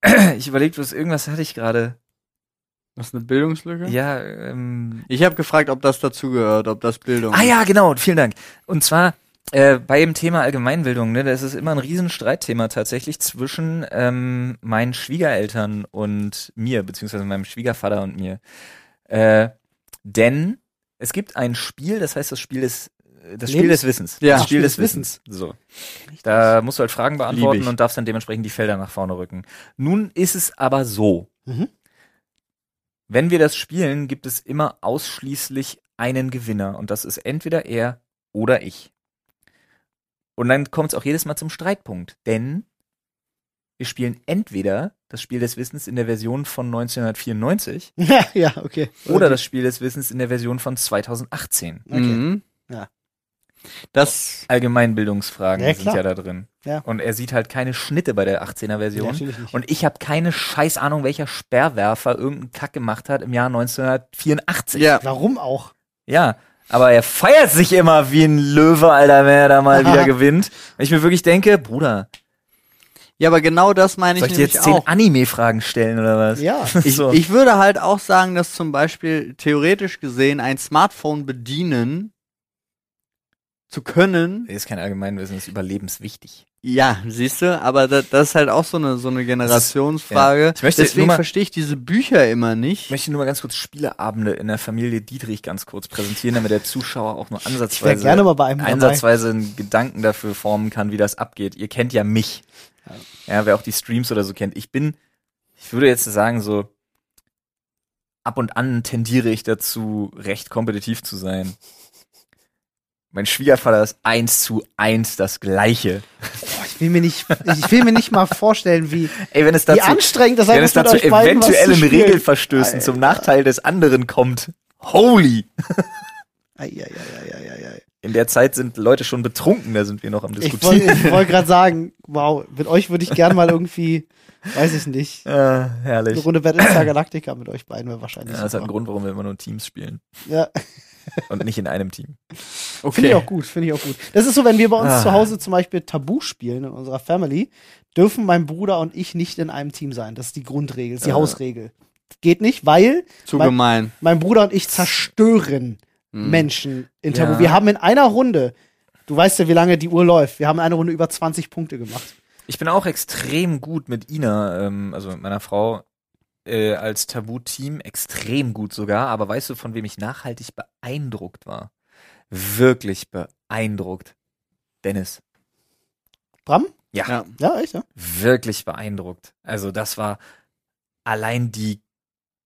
ich überlege, was irgendwas hatte ich gerade. Das ist eine Bildungslücke? Ja, ähm, Ich habe gefragt, ob das dazugehört, ob das Bildung Ah ja, genau, vielen Dank. Und zwar äh, bei dem Thema Allgemeinbildung, ne, das ist immer ein Riesenstreitthema tatsächlich zwischen ähm, meinen Schwiegereltern und mir, beziehungsweise meinem Schwiegervater und mir. Äh, denn es gibt ein Spiel, das heißt das Spiel des äh, das Spiel Lebens- des Wissens. Ja. Das Spiel des des Wissens. So. Da musst du halt Fragen Lieb beantworten ich. und darfst dann dementsprechend die Felder nach vorne rücken. Nun ist es aber so. Mhm. Wenn wir das spielen, gibt es immer ausschließlich einen Gewinner und das ist entweder er oder ich. Und dann kommt es auch jedes Mal zum Streitpunkt, denn wir spielen entweder das Spiel des Wissens in der Version von 1994 ja, okay. oder das Spiel des Wissens in der Version von 2018. Okay. Mhm. Ja. Das Allgemeinbildungsfragen Ja, sind klar. ja da drin. Ja. Und er sieht halt keine Schnitte bei der 18er Version. Natürlich nicht. und ich habe keine scheiß Ahnung, welcher Sperrwerfer irgendeinen Kack gemacht hat im Jahr 1984. ja. Warum auch? Ja, aber er feiert sich immer wie ein Löwe, Alter, wenn er da mal wieder gewinnt. Wenn ich mir wirklich denke, Bruder, ja, aber genau das meine ich soll ich dir nämlich jetzt zehn auch. Anime-Fragen stellen oder was? Ja. Ich, so. ich würde halt auch sagen, dass zum Beispiel theoretisch gesehen ein Smartphone bedienen zu können, ist kein Allgemeinwissen, ist überlebenswichtig. ja, siehst du, aber da, das ist halt auch so eine, so eine ja. Generationsfrage. Ich möchte nur Deswegen mal- verstehe ich diese Bücher immer Ich nicht. möchte nur mal ganz kurz Spieleabende in der Familie Dietrich ganz kurz präsentieren, damit der Zuschauer auch nur Ich wäre ansatzweise, gerne mal bei einem dabei. ansatzweise einen Gedanken dafür formen kann, wie das abgeht. Ihr kennt ja mich. Ja, wer auch die Streams oder so kennt. Ich bin, ich würde jetzt sagen, so ab und an tendiere ich dazu, recht kompetitiv zu sein. Mein Schwiegervater ist eins zu eins das Gleiche. Boah, ich, will mir nicht, ich will mir nicht mal vorstellen, wie, Ey, wenn es wie dazu, anstrengend das sein wenn muss, es mit dazu euch beiden was zu eventuellen spielen. Regelverstößen zum Nachteil des anderen kommt, holy! Ei, ei, ei, ei, ei, ei. In der Zeit sind Leute schon betrunken, da sind wir noch am Ich wollte Diskutieren. ich wollt gerade sagen, wow, mit euch würde ich gerne mal irgendwie, weiß ich nicht, äh, eine herrlich. Runde Battlestar Galactica mit euch beiden wäre wahrscheinlich. Ja, das hat einen super. Grund, warum wir immer nur Teams spielen ja. und nicht in einem Team. Finde Okay. ich auch gut, finde ich auch gut. Das ist so, wenn wir bei uns Ah. zu Hause zum Beispiel Tabu spielen in unserer Family, dürfen mein Bruder und ich nicht in einem Team sein. Das ist die Grundregel, das ist die Äh. Hausregel. Geht nicht, weil Zu Mein- gemein. mein Bruder und ich zerstören Mhm. Menschen in Tabu. Hm. Ja. Wir haben in einer Runde, du weißt ja, wie lange die Uhr läuft, wir haben in einer Runde über 20 Punkte gemacht. Ich bin auch extrem gut mit Ina, ähm, also mit meiner Frau, äh, als Tabu-Team, extrem gut sogar. Aber weißt du, von wem ich nachhaltig beeindruckt war? Wirklich beeindruckt. Dennis. Bram? Ja, Ja. Ja, echt, ja? wirklich beeindruckt. Also das war allein die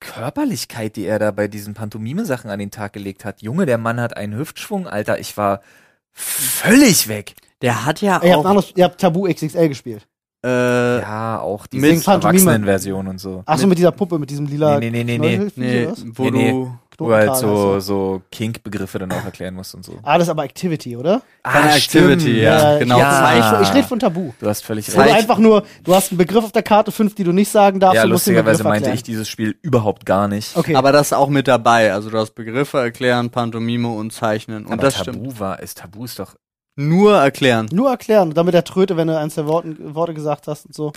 Körperlichkeit, die er da bei diesen Pantomime-Sachen an den Tag gelegt hat. Junge, der Mann hat einen Hüftschwung, Alter. Ich war völlig weg. Der hat ja Ihr habt, auch anderes, ihr habt Tabu XXL gespielt. äh, Ja, auch mit diese Pantomime. Erwachsenen-Version und so. Ach so, mit dieser Puppe, mit diesem lila Nee, nee, nee, nee, nee. nee, Knäuel- oder was? wo Nee, nee. du Wo er halt Knotenkragen so, heißt so Kink-Begriffe dann auch erklären musst und so. Ah, das ist aber Activity, oder? keine Activity, Ah, ja, Ja, genau. Ja. Ich, ich rede von Tabu. Du hast völlig Wo du Zeig- recht. einfach nur, du hast einen Begriff auf der Karte, fünf, die du nicht sagen darfst. Ja, du musst den Begriff lustigerweise meinte erklären. ich dieses Spiel überhaupt gar nicht. Okay. Aber das ist auch mit dabei. Also du hast Begriffe erklären, Pantomime und Zeichnen. Und Aber das Tabu stimmt. war, ist Tabu ist doch nur erklären. Nur erklären, damit er tröte, wenn du eins der Worten, Worte gesagt hast und so.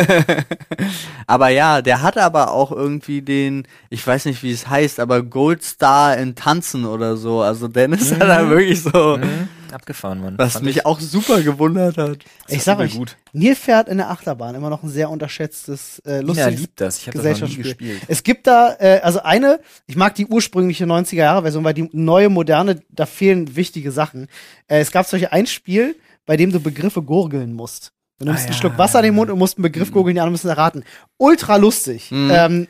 aber ja, der hat aber auch irgendwie den, ich weiß nicht, wie es heißt, aber Gold Star in Tanzen oder so. Also Dennis hat da wirklich so, Abgefahren, Mann. Mhm. was Fand mich ich- auch super gewundert hat. Ich sag übel euch, gut. Nil fährt in der Achterbahn immer noch ein sehr unterschätztes, äh, Nina lustiges liebt das. Ich habe das noch nie Gesellschaftsspiel. gespielt. Es gibt da, äh, also eine, ich mag die ursprüngliche 90er-Jahre-Version, weil die neue, moderne, da fehlen wichtige Sachen. Äh, es gab solche ein Spiel, bei dem du Begriffe gurgeln musst. Du Ah, nimmst einen ja. Mhm. Schluck Wasser in den Mund und musst einen Begriff gurgeln, die anderen müssen erraten. Ultra lustig. Ähm,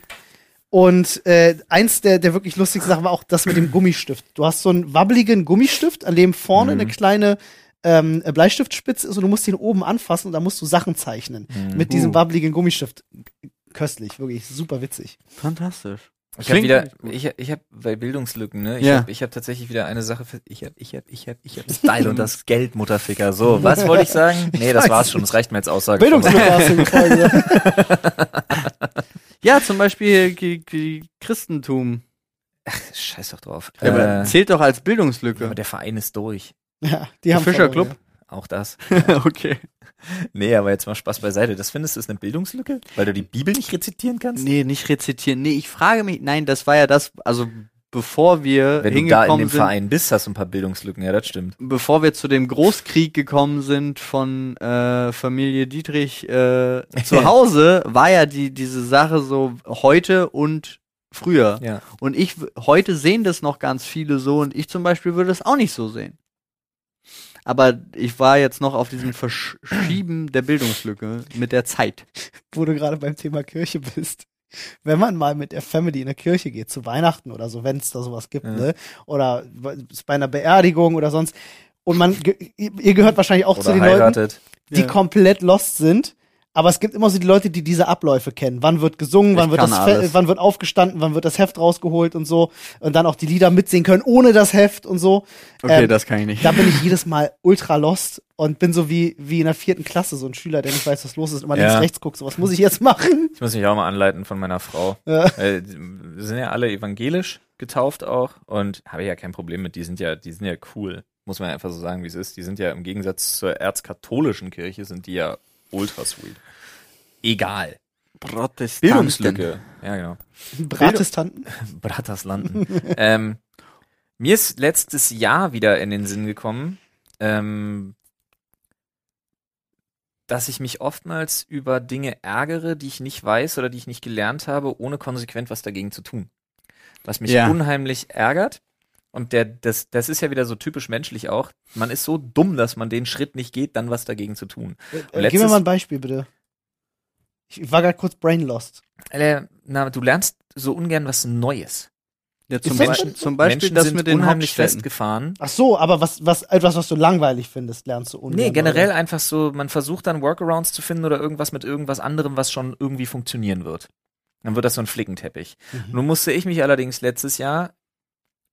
und äh, eins der, der wirklich lustigsten Sachen war auch das mit dem Gummistift. Du hast so einen wabbeligen Gummistift, an dem vorne Mhm. eine kleine ähm, Bleistiftspitze ist und du musst den oben anfassen und da musst du Sachen zeichnen. Mhm. Mit diesem wabbeligen Gummistift. Köstlich, wirklich super witzig. Fantastisch. Ich habe Klingt wieder, nicht gut. ich, ich habe bei Bildungslücken, ne? Ich Ja. habe ich hab tatsächlich wieder eine Sache, für, ich habe, ich habe, ich habe, ich habe Style und das Geld, Mutterficker. So, was wollte ich sagen? Nee, das weiß war's schon. Das reicht mir als Aussage. Bildungslücke hast du gefolgt. Ja, zum Beispiel G- G- Christentum. Scheiß doch drauf. Ja, aber äh, zählt doch als aber Bildungslücke. der Verein ist durch. ja, die Der haben Fischerclub. Auch das. okay. Nee, aber jetzt mal Spaß beiseite. Das findest du ist eine Bildungslücke? Weil du die Bibel nicht rezitieren kannst? Nee, nicht rezitieren. Nee, ich frage mich, nein, das war ja das, also bevor wir Wenn du da hingekommen in dem sind, Verein bist, hast du ein paar Bildungslücken. Ja, das stimmt. bevor wir zu dem Großkrieg gekommen sind von äh, Familie Dietrich äh, zu Hause, war ja die, diese Sache so heute und früher. Ja. Und ich, w- heute sehen das noch ganz viele so und ich zum Beispiel würde es auch nicht so sehen. Aber ich war jetzt noch auf diesem Verschieben der Bildungslücke mit der Zeit. Ähm, wo du gerade beim Thema Kirche bist. Wenn man mal mit der Family in eine Kirche geht, zu Weihnachten oder so, wenn es da sowas gibt, Ja. ne? Oder ist bei einer Beerdigung oder sonst. Und man, ge- ihr gehört wahrscheinlich auch zu Oder den Leuten, heiratet. die Ja. komplett lost sind. Aber es gibt immer so die Leute, die diese Abläufe kennen. Wann wird gesungen, wann Ich wird, kann das Fe- alles. wann wird aufgestanden, wann wird das Heft rausgeholt und so. Und dann auch die Lieder mitsingen können, ohne das Heft und so. Ähm, kann ich nicht. da bin ich jedes Mal ultra lost und bin so wie, wie in der vierten Klasse, so ein Schüler, der nicht weiß, was los ist, immer Ja. links, rechts guckt, so was muss ich jetzt machen? Ich muss mich auch mal anleiten von meiner Frau. Ja. Äh, Wir sind ja alle evangelisch getauft auch und habe ich ja kein Problem mit. Die sind ja, die sind ja cool. Muss man einfach so sagen, wie es ist. Die sind ja im Gegensatz zur erzkatholischen Kirche sind die ja ultra sweet. Egal. Protestanten. Bildungslücke. Ja, genau. Bratestanten? Braterslanden. ähm, mir ist letztes Jahr wieder in den Sinn gekommen, ähm, dass ich mich oftmals über Dinge ärgere, die ich nicht weiß oder die ich nicht gelernt habe, ohne konsequent was dagegen zu tun. Was mich Ja. unheimlich ärgert. Und der, das, das ist ja wieder so typisch menschlich auch. Man ist so dumm, dass man den Schritt nicht geht, dann was dagegen zu tun. Äh, gib mir letztes- mal ein Beispiel, bitte. Ich war gerade kurz brain lost. Äh, na, du lernst so ungern was Neues. Ja, zum, Ist Beispiel, Menschen- zum Beispiel Menschen das sind mit den unheimlich Hauptstädten. festgefahren. Ach so, aber was, was, etwas, was du langweilig findest, lernst du ungern. Nee, oder? generell einfach so, man versucht dann Workarounds zu finden oder irgendwas mit irgendwas anderem, was schon irgendwie funktionieren wird. Dann wird das so ein Flickenteppich. Nun musste ich mich allerdings letztes Jahr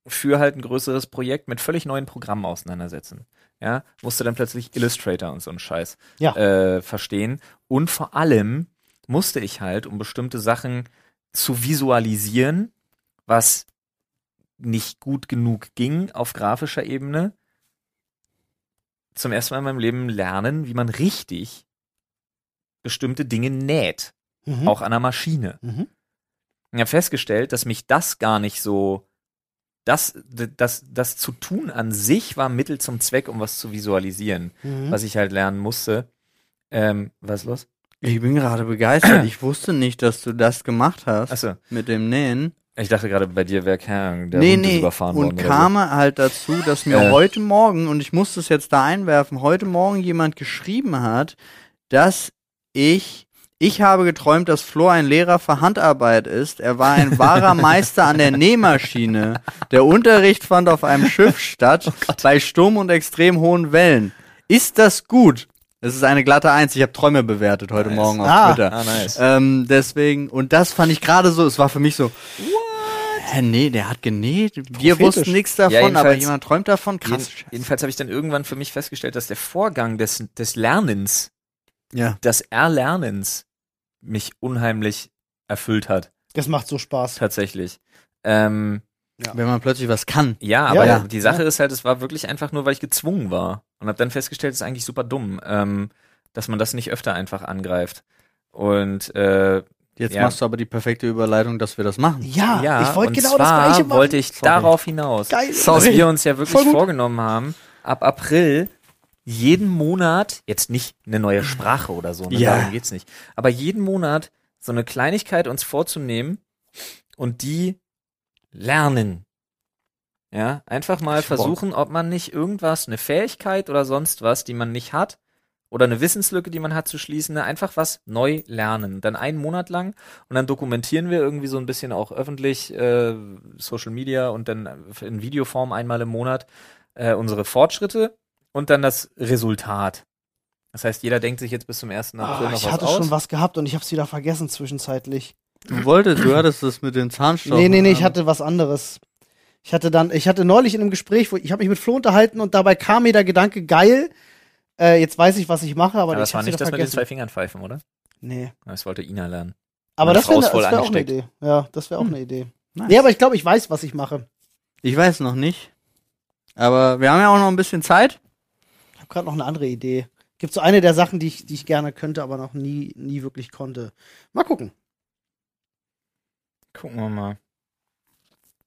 für halt ein größeres Projekt mit völlig neuen Programmen auseinandersetzen. Ja, musste dann plötzlich Illustrator und so einen Scheiß Ja. äh, verstehen. Und vor allem musste ich halt, um bestimmte Sachen zu visualisieren, was nicht gut genug ging auf grafischer Ebene, zum ersten Mal in meinem Leben lernen, wie man richtig bestimmte Dinge näht, Mhm. auch an der Maschine. Mhm. Ich habe festgestellt, dass mich das gar nicht so, das, das, das zu tun an sich war Mittel zum Zweck, um was zu visualisieren, Mhm. was ich halt lernen musste. Ähm, was ist los? Ich bin gerade begeistert. Ich wusste nicht, dass du das gemacht hast Achso, mit dem Nähen. ich dachte gerade, bei dir wäre keine Ahnung, der nee, Hund ist nee. überfahren worden Und oder kam halt dazu, dass mir Äh. heute Morgen, und ich muss das jetzt da einwerfen, heute Morgen jemand geschrieben hat, dass ich, ich habe geträumt, dass Flo ein Lehrer für Handarbeit ist. Er war ein wahrer Meister an der Nähmaschine. Der Unterricht fand auf einem Oh Schiff statt, bei Sturm und extrem hohen Wellen. Ist das gut? Das ist eine glatte Eins. Ich habe Träume bewertet heute Nice. Morgen auf Ah. so. Twitter. Ah, nice. Ähm, deswegen, und das fand ich gerade so, es war für mich so, Hä, nee, der hat genäht. Wir Prophetisch. wussten nichts davon, jedenfalls- aber jemand träumt davon. Jeden, Krass. jedenfalls habe ich dann irgendwann für mich festgestellt, dass der Vorgang des, des Lernens, Ja. des Erlernens mich unheimlich erfüllt hat. Das macht so Spaß. tatsächlich. Ähm, wenn man plötzlich was kann. Ja, aber ja, die Sache ist halt, es war wirklich einfach nur, weil ich gezwungen war und habe dann festgestellt, es ist eigentlich super dumm, ähm, dass man das nicht öfter einfach angreift. Und äh, Jetzt Ja. machst du aber die perfekte Überleitung, dass wir das machen. Ja, ja, ich wollte und genau zwar das gleiche machen. wollte ich darauf hinaus, Geil. dass Sorry. wir uns ja wirklich Voll gut. vorgenommen haben, ab April jeden Monat, jetzt nicht eine neue Sprache oder so, ne, Ja. darum geht's nicht, aber jeden Monat so eine Kleinigkeit uns vorzunehmen und die lernen. Ja, einfach mal Sport. versuchen, ob man nicht irgendwas, eine Fähigkeit oder sonst was, die man nicht hat, oder eine Wissenslücke, die man hat, zu schließen, ne? einfach was neu lernen. Dann einen Monat lang und dann dokumentieren wir irgendwie so ein bisschen auch öffentlich äh, Social Media und dann in Videoform einmal im Monat äh, unsere Fortschritte und dann das Resultat. Das heißt, jeder denkt sich jetzt bis zum 1. April Ah, noch ich was hatte aus. schon was gehabt und ich habe es wieder vergessen zwischenzeitlich. Du wolltest, du hattest das mit den Zahnstoffen. ähm, nee, nee, nee, ich an. hatte was anderes. Ich hatte dann, ich hatte neulich in einem Gespräch, wo ich habe mich mit Flo unterhalten und dabei kam mir der Gedanke, geil, äh, jetzt weiß ich, was ich mache, Aber aber, ich das war hab's nicht wieder das mit den vergessen. zwei Fingern pfeifen, oder? nee. Das wollte Ina lernen. Aber Meine das wäre Frau ist voll wär auch eine angesteckt. Hm. Idee. Ja, das wäre auch eine Idee. Nice. Nee, aber ich glaube, ich weiß, was ich mache. Ich weiß noch nicht. Aber wir haben ja auch noch ein bisschen Zeit. Ich habe gerade noch eine andere Idee. Gibt so eine der Sachen, die ich, die ich gerne könnte, aber noch nie, nie wirklich konnte. Mal gucken. Gucken wir mal.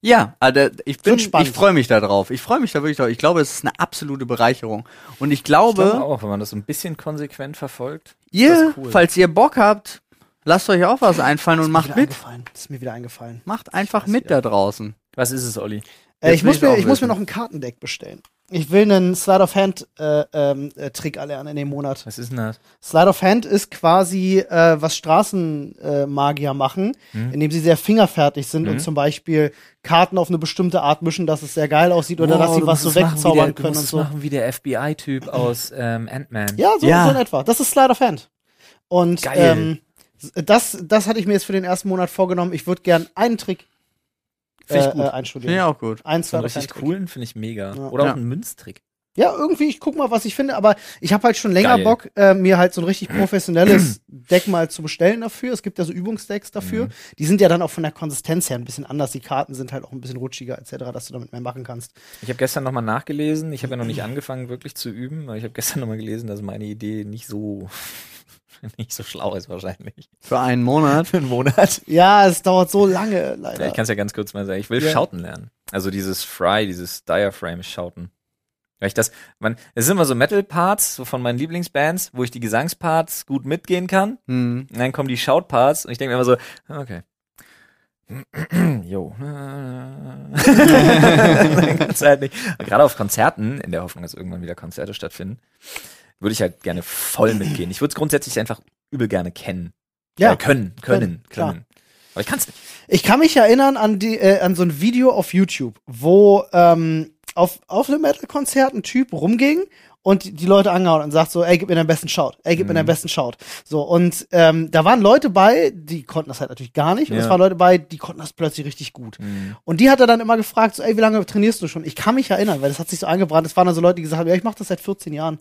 Ja, also ich bin, Wird spannend. ich freue mich da drauf. Ich freue mich da wirklich drauf. Ich glaube, es ist eine absolute Bereicherung. Und ich Ich glaube, glaube auch, wenn man das so ein bisschen konsequent verfolgt. das ihr, ist cool. falls ihr Bock habt, lasst euch auch was einfallen und Ist mir macht wieder mit. Eingefallen. Ist mir wieder eingefallen. Macht einfach mit da draußen. Was ist es, Olli? Äh, Jetzt ich will muss, ich's mir, auch ich muss wissen. mir noch ein Kartendeck bestellen. Ich will einen Slide of Hand äh, ähm, äh, Trick erlernen in dem Monat. Was ist denn das? Slide of Hand ist quasi, äh, was Straßenmagier äh, Magier machen, Mhm. indem sie sehr fingerfertig sind und zum Beispiel Karten auf eine bestimmte Art mischen, dass es sehr geil aussieht oder dass sie was so du wegzaubern können musst und es so. machen wie der FBI-Typ aus ähm, Ant-Man. Ja, so, Ja. so in etwa. Das ist Slide of Hand. Und Geil. Ähm, das, das hatte ich mir jetzt für den ersten Monat vorgenommen. Ich würde gern einen Trick äh, Finde ich gut. äh, Finde ich einstudieren. auch gut. Einen So einen Slide of Hand. richtig coolen finde ich mega. Ja. Oder Ja. auch einen Münztrick. Ja, irgendwie, ich guck mal, was ich finde, aber ich habe halt schon länger Geil. Bock, äh, mir halt so ein richtig professionelles Deck mal zu bestellen dafür. Es gibt ja so Übungsdecks dafür. Die sind ja dann auch von der Konsistenz her ein bisschen anders. Die Karten sind halt auch ein bisschen rutschiger etc., dass du damit mehr machen kannst. Ich habe gestern nochmal nachgelesen. Ich habe ja noch nicht angefangen, wirklich zu üben. Aber ich habe gestern nochmal gelesen, dass meine Idee nicht so nicht so schlau ist wahrscheinlich. Für einen Monat. Für einen Monat. Ja, es dauert so lange, Ja, leider. ich kann es ja ganz kurz mal sagen. Ich will Ja. Schauten lernen. Also dieses Fry, dieses Diaphragm-Schauten. Weil ich das, man, es sind immer so Metal-Parts, so von meinen Lieblingsbands, wo ich die Gesangsparts gut mitgehen kann. Hm. Und dann kommen die Shout-Parts und ich denke mir immer so, okay. Jo. Dann kannst du halt nicht. Aber Gerade auf Konzerten, in der Hoffnung, dass irgendwann wieder Konzerte stattfinden, würde ich halt gerne voll mitgehen. Ich würde es grundsätzlich einfach übel gerne kennen. Ja. Äh, können, können, Können, klar. können. Aber ich kann es nicht. Ich kann mich erinnern an die äh, an so ein Video auf YouTube, wo ähm, auf, auf einem Metal-Konzert ein Typ rumging und die- die Leute angehauen und sagt so, ey, gib mir deinen besten Shout, ey, gib mir Mhm. deinen besten Shout. So, und ähm, da waren Leute bei, die konnten das halt natürlich gar nicht. Und Ja. Mhm. es waren Leute bei, die konnten das plötzlich richtig gut. Und die hat er dann immer gefragt, so, ey, wie lange trainierst du schon? Ich kann mich erinnern, weil das hat sich so eingebrannt. Es waren dann so Leute, die gesagt haben, ja, ich mache das seit 14 Jahren.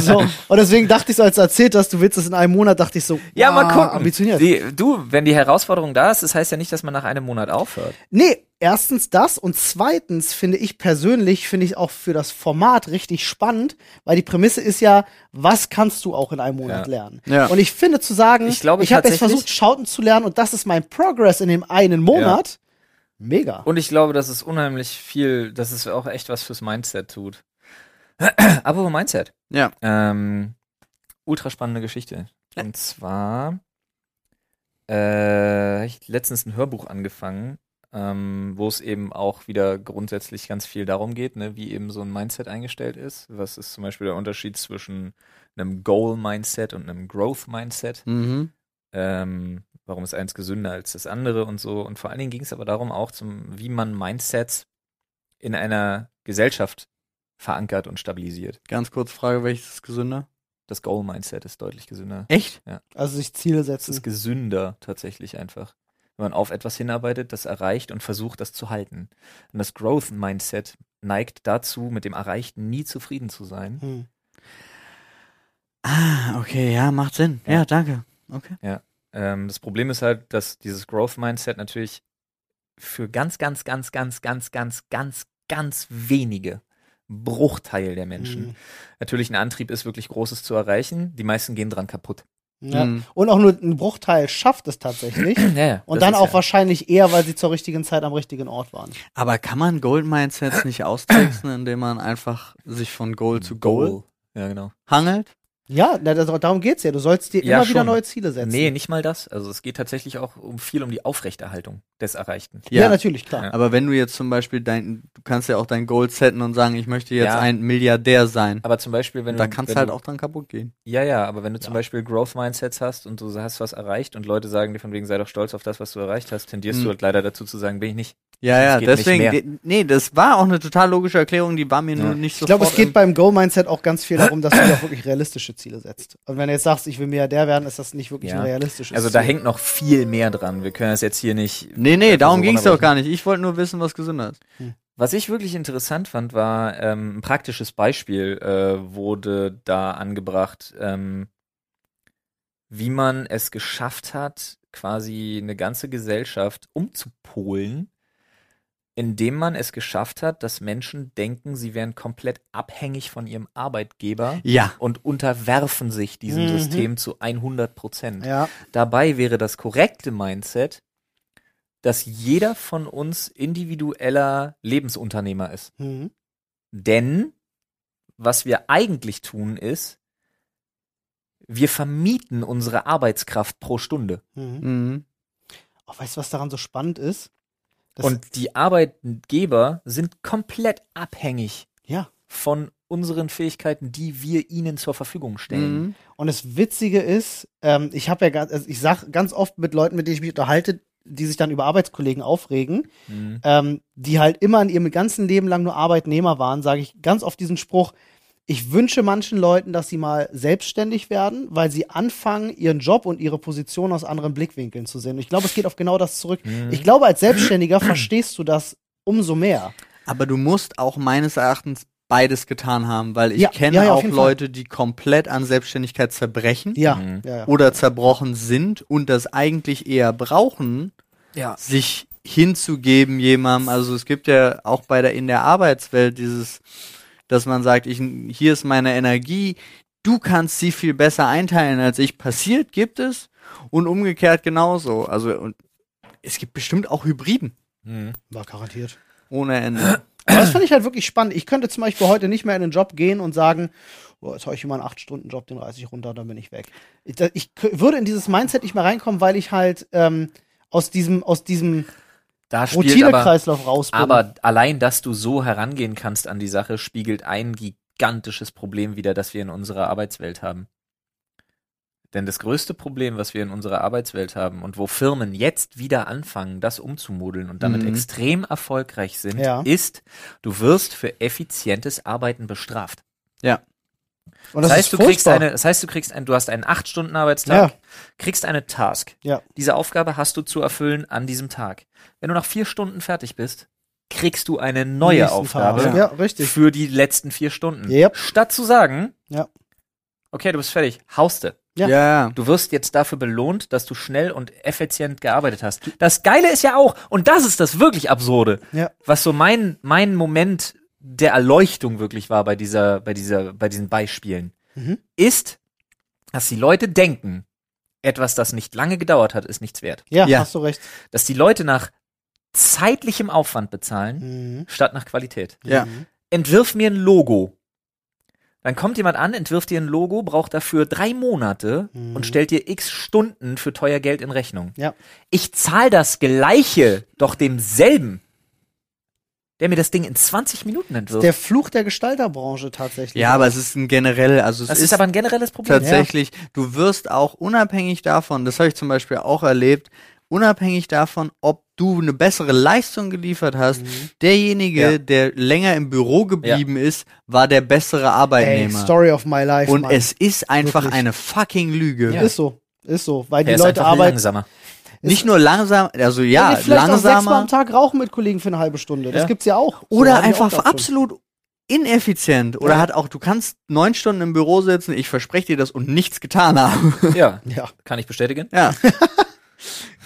so. Und deswegen dachte ich so, als du erzählt hast, du willst das in einem Monat, dachte ich so, Ja, mal ah, gucken. Ambitioniert. Die, du, wenn die Herausforderung da ist, das heißt ja nicht, dass man nach einem Monat aufhört. Nee, erstens das und zweitens finde ich persönlich, finde ich auch für das Format richtig spannend, weil die Prämisse ist ja, was kannst du auch in einem Monat Ja. lernen? Ja. Und ich finde zu sagen, Ich glaube ich habe jetzt tatsächlich- versucht, Schauten zu lernen und das ist mein Progress in dem einen Monat. Mega. Und ich glaube, das ist unheimlich viel, dass es auch echt was fürs Mindset tut. Aber Mindset. Ja. Ähm, ultra spannende Geschichte. Und zwar äh, ich hab letztens ein Hörbuch angefangen, ähm, wo es eben auch wieder grundsätzlich ganz viel darum geht, ne, wie eben so ein Mindset eingestellt ist. Was ist zum Beispiel der Unterschied zwischen einem Goal-Mindset und einem Growth-Mindset? Mhm. ähm, warum ist eins gesünder als das andere und so. Und vor allen Dingen ging es aber darum auch, zum, wie man Mindsets in einer Gesellschaft verankert und stabilisiert. Ganz kurz Frage, welches ist gesünder? Das Goal-Mindset ist deutlich gesünder. Echt? Also sich Ziele Es ist setzen. gesünder tatsächlich einfach. Wenn man auf etwas hinarbeitet, das erreicht und versucht, das zu halten. Und das Growth-Mindset neigt dazu, mit dem Erreichten nie zufrieden zu sein. Hm. Ah, okay, ja, macht Sinn. Ja, Ja, danke. Okay. Ähm, das Problem ist halt, dass dieses Growth-Mindset natürlich für ganz, ganz, ganz, ganz, ganz, ganz, ganz, ganz wenige Bruchteil der Menschen Mhm. natürlich ein Antrieb ist, wirklich Großes zu erreichen. Die meisten gehen dran kaputt. Ja. Mhm. Und auch nur ein Bruchteil schafft es tatsächlich. Ja, Und das dann ist auch ja- wahrscheinlich eher, weil sie zur richtigen Zeit am richtigen Ort waren. Aber kann man Goldmines jetzt nicht austricksen, indem man einfach sich von Goal zu Goal, Ja, genau. hangelt? Ja, na, das, darum geht's ja. Du sollst dir Ja, immer wieder schon. neue Ziele setzen. Nee, nicht mal das. Also es geht tatsächlich auch um viel um die Aufrechterhaltung des Erreichten. ja. natürlich, klar. Ja. Aber wenn du jetzt zum Beispiel dein, du kannst ja auch dein Goal setten und sagen, ich möchte jetzt Ja. ein Milliardär sein. Aber zum Beispiel, wenn da du. kannst wenn du halt du, auch dran kaputt gehen. Ja, ja, aber wenn du zum Beispiel Growth Mindsets hast und du hast was erreicht und Leute sagen dir von wegen, sei doch stolz auf das, was du erreicht hast, tendierst Mhm. du halt leider dazu zu sagen, bin ich nicht. Ja, ja, geht nicht deswegen, mehr. de- nee, das war auch eine total logische Erklärung, die war mir Ja. nur nicht so Ich glaube, es geht beim Go-Mindset auch ganz viel darum, dass du dir auch wirklich realistische Ziele setzt. Und wenn du jetzt sagst, ich will Milliardär werden, ist das nicht wirklich Ja. ein realistisches Also da Ziel. hängt noch viel mehr dran. Wir können das jetzt hier nicht. Nee, nee, darum so ging es doch runterbrechen. gar nicht. Ich wollte nur wissen, was gesünder ist. Was ich wirklich interessant fand, war ähm, ein praktisches Beispiel äh, wurde da angebracht, ähm, wie man es geschafft hat, quasi eine ganze Gesellschaft umzupolen, indem man es geschafft hat, dass Menschen denken, sie wären komplett abhängig von ihrem Arbeitgeber Ja. und unterwerfen sich diesem Mhm. System zu 100 Prozent. Ja, Dabei wäre das korrekte Mindset, dass jeder von uns individueller Lebensunternehmer ist. mhm. Denn was wir eigentlich tun ist, wir vermieten unsere Arbeitskraft pro Stunde. Mhm. Mhm. Oh, weißt du, was daran so spannend ist? Das- Und die Arbeitgeber sind komplett abhängig ja. von unseren Fähigkeiten, die wir ihnen zur Verfügung stellen. Mhm. Und das Witzige ist, ähm, ich habe ja, ganz- also ich sag ganz oft mit Leuten, mit denen ich mich unterhalte, die sich dann über Arbeitskollegen aufregen, Mhm. ähm, die halt immer in ihrem ganzen Leben lang nur Arbeitnehmer waren, sage ich ganz oft diesen Spruch, ich wünsche manchen Leuten, dass sie mal selbstständig werden, weil sie anfangen, ihren Job und ihre Position aus anderen Blickwinkeln zu sehen. Und ich glaube, es geht auf genau das zurück. Mhm. Ich glaube, als Selbstständiger verstehst du das umso mehr. Aber du musst auch meines Erachtens beides getan haben, weil ich Ja, kenne ja, ja, auf auch jeden Fall. Leute, die komplett an Selbstständigkeit zerbrechen Ja, Mhm. ja, ja. oder zerbrochen sind und das eigentlich eher brauchen, Ja. sich hinzugeben jemandem. Also es gibt ja auch bei der in der Arbeitswelt dieses, dass man sagt, ich, hier ist meine Energie, du kannst sie viel besser einteilen als ich. Passiert gibt es und umgekehrt genauso. Also und es gibt bestimmt auch Hybriden Mhm. War garantiert. ohne Ende. Aber das fand ich halt wirklich spannend. Ich könnte zum Beispiel heute nicht mehr in den Job gehen und sagen, oh, jetzt habe ich immer einen 8-Stunden-Job, den reiße ich runter, dann bin ich weg. Ich, da- ich k- würde in dieses Mindset nicht mehr reinkommen, weil ich halt ähm, aus diesem, aus diesem Da spielt aber, Routinekreislauf raus bin. aber allein, dass du so herangehen kannst an die Sache, spiegelt ein gigantisches Problem wider, das wir in unserer Arbeitswelt haben. Denn das größte Problem, was wir in unserer Arbeitswelt haben und wo Firmen jetzt wieder anfangen, das umzumodeln und damit Mhm. extrem erfolgreich sind, Ja. ist, du wirst für effizientes Arbeiten bestraft. und Das, ist heißt, du kriegst furchtbar. eine, das heißt, du kriegst ein, du hast einen 8-Stunden-Arbeitstag, Ja. kriegst eine Task. Ja. Diese Aufgabe hast du zu erfüllen an diesem Tag. Wenn du nach vier Stunden fertig bist, kriegst du eine neue Nächsten Aufgabe Tag. Ja, richtig. für die letzten vier Stunden. Yep. Statt zu sagen, Ja. okay, du bist fertig, hauste. Ja. ja. Du wirst jetzt dafür belohnt, dass du schnell und effizient gearbeitet hast. Das Geile ist ja auch, und das ist das wirklich Absurde, Ja. was so mein, mein Moment der Erleuchtung wirklich war bei dieser, bei dieser, bei diesen Beispielen, Mhm. ist, dass die Leute denken, etwas, das nicht lange gedauert hat, ist nichts wert. Ja, Ja. hast du recht. Dass die Leute nach zeitlichem Aufwand bezahlen, Mhm. statt nach Qualität Ja. Mhm. entwirf mir ein Logo. Dann kommt jemand an, entwirft dir ein Logo, braucht dafür drei Monate Mhm. und stellt dir x Stunden für teuer Geld in Rechnung. Ja. Ich zahle das Gleiche doch demselben, der mir das Ding in 20 Minuten entwirft. Der Fluch der Gestalterbranche tatsächlich. Ja, aber es ist ein generell, also es das ist, ist aber ein generelles Problem. tatsächlich, du wirst auch unabhängig davon, das habe ich zum Beispiel auch erlebt, unabhängig davon, ob du eine bessere Leistung geliefert hast, Mhm. derjenige, Ja. der länger im Büro geblieben ist, war der bessere Ey, Arbeitnehmer. Story of my life. Und Mann. es ist einfach Wirklich. eine fucking Lüge. Ja. ist so. Ist so, weil Er die ist Leute einfach arbeiten. langsamer. Nicht nur langsam, also Ja, ja, vielleicht auch sechsmal am langsamer Tag rauchen mit Kollegen für eine halbe Stunde. Das Ja. gibt's ja auch. So oder haben wir auch einfach davon. absolut ineffizient oder Ja. hat auch, du kannst neun Stunden im Büro sitzen, ich verspreche dir das und nichts getan haben. Ja, Ja. kann ich bestätigen. ja.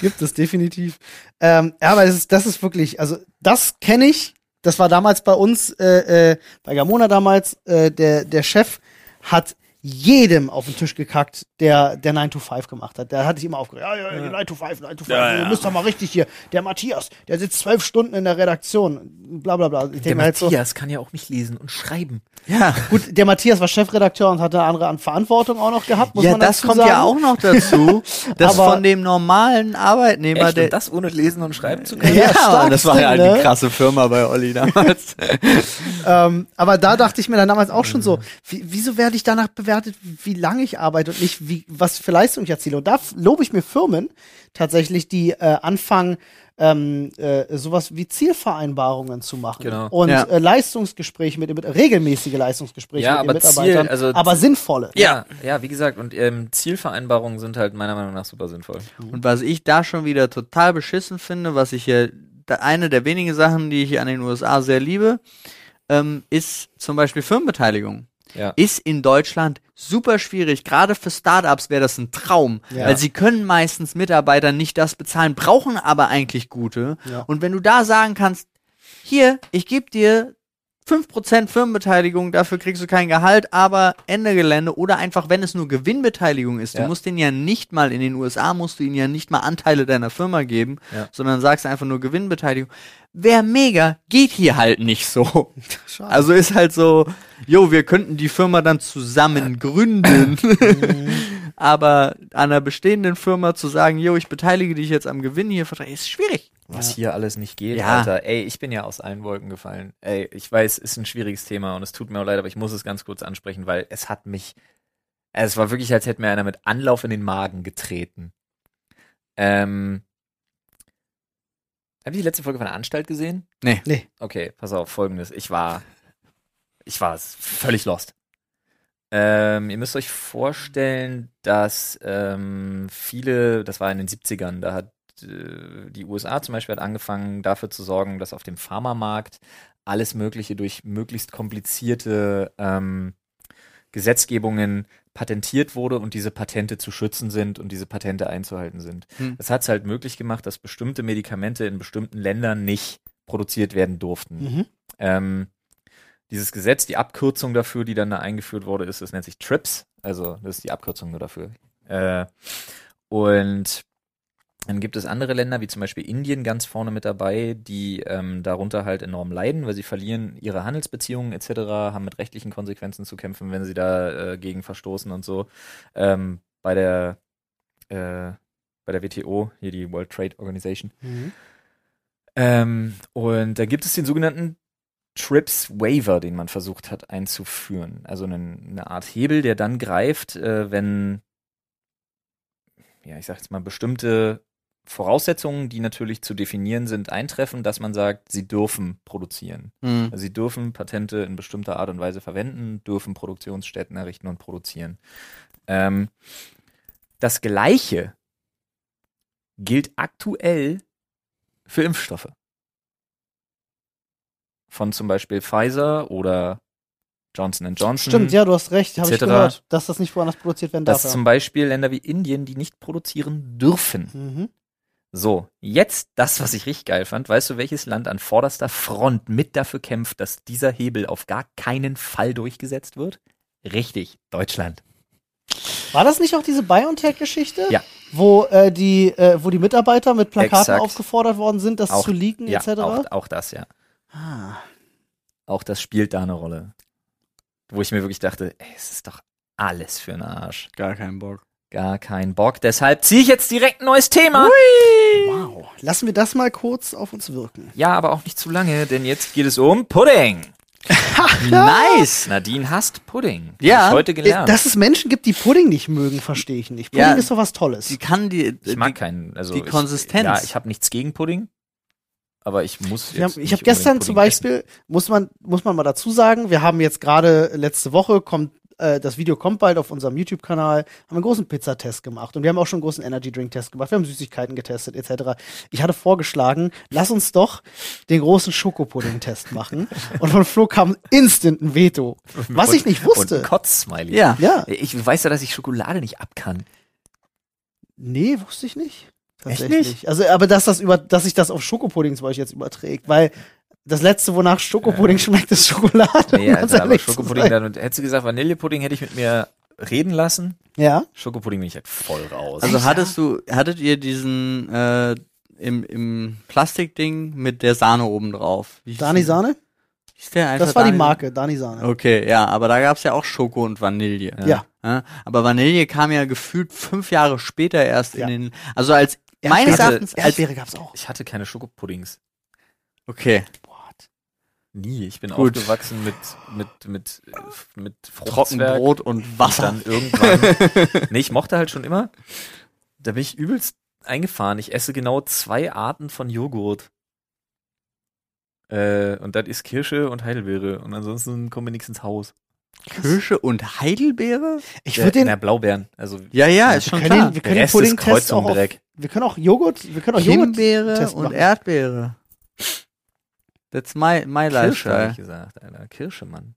Gibt es definitiv. Ähm, ja, aber es ist, das ist wirklich, also das kenne ich. Das war damals bei uns, äh, äh, bei Gamona damals, äh, der, der Chef hat jedem auf den Tisch gekackt, der, der 9 to 5 gemacht hat. Der hatte ich immer aufgeregt. Ja, ja, ja, 9 to 5, 9 to 5. Ja, ja. Ihr müsst doch mal richtig hier. Der Matthias, der sitzt zwölf Stunden in der Redaktion. Bla, bla, bla. Ich Der denk mir halt so- Matthias kann ja auch nicht lesen und schreiben. Ja, Gut, der Matthias war Chefredakteur und hatte eine andere an Verantwortung auch noch gehabt, muss ja man das dazu kommt sagen. ja auch noch dazu, dass Aber- von dem normalen halt Arbeitnehmer, Echt? der Und das ohne lesen und schreiben zu können? Ja, Ja, stark, Mann, das war ja stimmt, eine ne? krasse Firma bei Olli damals. Ähm, aber da dachte ich mir dann damals auch schon so, wie, wieso werde ich danach bewertet, wie lange ich arbeite und nicht, wie, was für Leistung ich erziele? Und da f- lobe ich mir Firmen tatsächlich, die äh, anfangen, ähm, äh, sowas wie Zielvereinbarungen zu machen Genau. und Ja. äh, Leistungsgespräche mit, mit regelmäßige Leistungsgespräche Ja, mit den aber Mitarbeitern, Ziel, also- aber sinnvolle. Ja, ja, wie gesagt, und ähm, Zielvereinbarungen sind halt meiner Meinung nach super sinnvoll. Und was ich da schon wieder total beschissen finde, was ich hier, da- eine der wenigen Sachen, die ich an den USA sehr liebe, ähm, ist zum Beispiel Firmenbeteiligung. Ja. Ist in Deutschland super schwierig. Gerade für Startups wäre das ein Traum, Ja. weil sie können meistens Mitarbeiter nicht das bezahlen, brauchen aber eigentlich gute. Ja. Und wenn du da sagen kannst, hier, ich gebe dir 5% Firmenbeteiligung, dafür kriegst du kein Gehalt, aber Ende Gelände oder einfach, wenn es nur Gewinnbeteiligung ist, Ja. du musst den ja nicht mal, in den USA musst du ihnen ja nicht mal Anteile deiner Firma geben, Ja. sondern sagst einfach nur Gewinnbeteiligung. Wär mega, geht hier halt nicht so. Schade. Also ist halt so, jo, wir könnten die Firma dann zusammen gründen. aber an einer bestehenden Firma zu sagen, jo, ich beteilige dich jetzt am Gewinn hier, ist schwierig. Was hier alles nicht geht, Ja. Alter. Ey, ich bin ja aus allen Wolken gefallen. Ey, ich weiß, ist ein schwieriges Thema und es tut mir auch leid, aber ich muss es ganz kurz ansprechen, weil es hat mich. Es war wirklich, als hätte mir einer mit Anlauf in den Magen getreten. Ähm. Habt ihr die letzte Folge von der Anstalt gesehen? Nee. Nee. Okay, pass auf, folgendes. Ich war. Ich war völlig lost. Ähm, ihr müsst euch vorstellen, dass ähm, viele, das war in den 70ern, da hat äh, die USA zum Beispiel hat angefangen, dafür zu sorgen, dass auf dem Pharmamarkt alles Mögliche durch möglichst komplizierte ähm, Gesetzgebungen patentiert wurde und diese Patente zu schützen sind und diese Patente einzuhalten sind. Hm. Das hat es halt möglich gemacht, dass bestimmte Medikamente in bestimmten Ländern nicht produziert werden durften. Mhm. Ähm, dieses Gesetz, die Abkürzung dafür, die dann da eingeführt wurde, ist, das nennt sich TRIPS. Also, das ist die Abkürzung nur dafür. Äh, und dann gibt es andere Länder, wie zum Beispiel Indien ganz vorne mit dabei, die ähm, darunter halt enorm leiden, weil sie verlieren ihre Handelsbeziehungen etc., haben mit rechtlichen Konsequenzen zu kämpfen, wenn sie da äh, gegen verstoßen und so. Ähm, bei der äh, bei der WTO, hier die World Trade Organization. Mhm. Ähm, und da gibt es den sogenannten Trips Waiver, den man versucht hat einzuführen. Also einen, eine Art Hebel, der dann greift, äh, wenn, ja, ich sag jetzt mal, bestimmte Voraussetzungen, die natürlich zu definieren sind, eintreffen, dass man sagt, sie dürfen produzieren. Hm. Also Sie dürfen Patente in bestimmter Art und Weise verwenden, dürfen Produktionsstätten errichten und produzieren. Ähm, das Gleiche gilt aktuell für Impfstoffe. Von zum Beispiel Pfizer oder Johnson Johnson. Stimmt, ja, du hast recht, habe ich etc. gehört, dass das nicht woanders produziert werden darf. Dass Ja. zum Beispiel Länder wie Indien, die nicht produzieren dürfen. Mhm. So, jetzt das, was ich richtig geil fand. Weißt du, welches Land an vorderster Front mit dafür kämpft, dass dieser Hebel auf gar keinen Fall durchgesetzt wird? Richtig, Deutschland. War das nicht auch diese BioNTech-Geschichte? Ja. Wo, äh, die, äh, wo die Mitarbeiter mit Plakaten Exakt. aufgefordert worden sind, das Auch- zu leaken, Ja, etc.? auch, auch das, ja. Ah. Auch das spielt da eine Rolle. Wo ich mir wirklich dachte, ey, es ist doch alles für einen Arsch. Gar keinen Bock. Gar kein Bock. Deshalb ziehe ich jetzt direkt ein neues Thema. Wow. Lassen wir das mal kurz auf uns wirken. Ja, aber auch nicht zu lange, denn jetzt geht es um Pudding. Nice! Nadine hasst Pudding. Ja. Hab ich heute gelernt. Dass es Menschen gibt, die Pudding nicht mögen, verstehe ich nicht. Pudding Ja. ist doch was Tolles. Sie kann die, Ich mag keinen. Also die ich, Konsistenz. Ja, ich habe nichts gegen Pudding, aber ich muss. Ich Jetzt habe ich nicht hab gestern unbedingt zum Pudding essen. Beispiel, muss man, muss man mal dazu sagen, wir haben jetzt gerade letzte Woche, kommt, äh, das Video kommt bald auf unserem YouTube-Kanal, haben einen großen Pizzatest gemacht und wir haben auch schon einen großen Energy Drink-Test gemacht, wir haben Süßigkeiten getestet etc. Ich hatte vorgeschlagen, lass uns doch den großen Schokopudding-Test machen und von Flo kam instant ein Veto, was ich nicht Und ein wusste. Kotz-Smiley. Ja. Ja, Ich weiß ja, dass ich Schokolade nicht abkann. nee, wusste ich nicht. Tatsächlich. Also, aber dass das über, dass sich das auf Schokopudding zum Beispiel jetzt überträgt, weil das letzte, wonach Schokopudding schmeckt, ist Schokolade. Nee, um ganz Alter, aber ehrlich zu Schokopudding, sein. dann, hättest du gesagt, Vanillepudding hätte ich mit mir reden lassen. Ja. Schokopudding bin ich halt voll raus. Also hattest du, hattet ihr diesen äh, im, im Plastikding mit der Sahne oben drauf? Wie hieß Dani die? Sahne? Hieß der einfach Das war die Dani- Marke, Dani Sahne. Okay, ja, aber da gab's ja auch Schoko und Vanille. Ja. Ja. Ja, aber Vanille kam ja gefühlt fünf Jahre später erst Ja. in den. Also als meines hatte- Erachtens als Erdbeere gab's auch. ich hatte keine Schokopuddings. okay Nie. Ich bin Gut. aufgewachsen mit, mit, mit, äh, mit Fruchtzwerg. Trockenbrot und Wasser. Wasser. Dann irgendwann. nee, ich mochte halt schon immer. Da bin ich übelst eingefahren. Ich esse genau zwei Arten von Joghurt. Äh, und das ist Kirsche und Heidelbeere. Und ansonsten kommen wir nichts ins Haus. Kirsche und Heidelbeere? Ich Äh, würde den, na, Blaubeeren. Also Ja, Ja, ja, ist schon wir können, klar. den, wir können den Rest ist Pudding-Test Kreuz und auch auf, Dreck. wir können auch Joghurt, wir können auch Joghurt, Himbeere Testen und machen. Erdbeere. That's my my Kirsche, hab lifestyle. ich gesagt, Alter. Kirsche, Mann.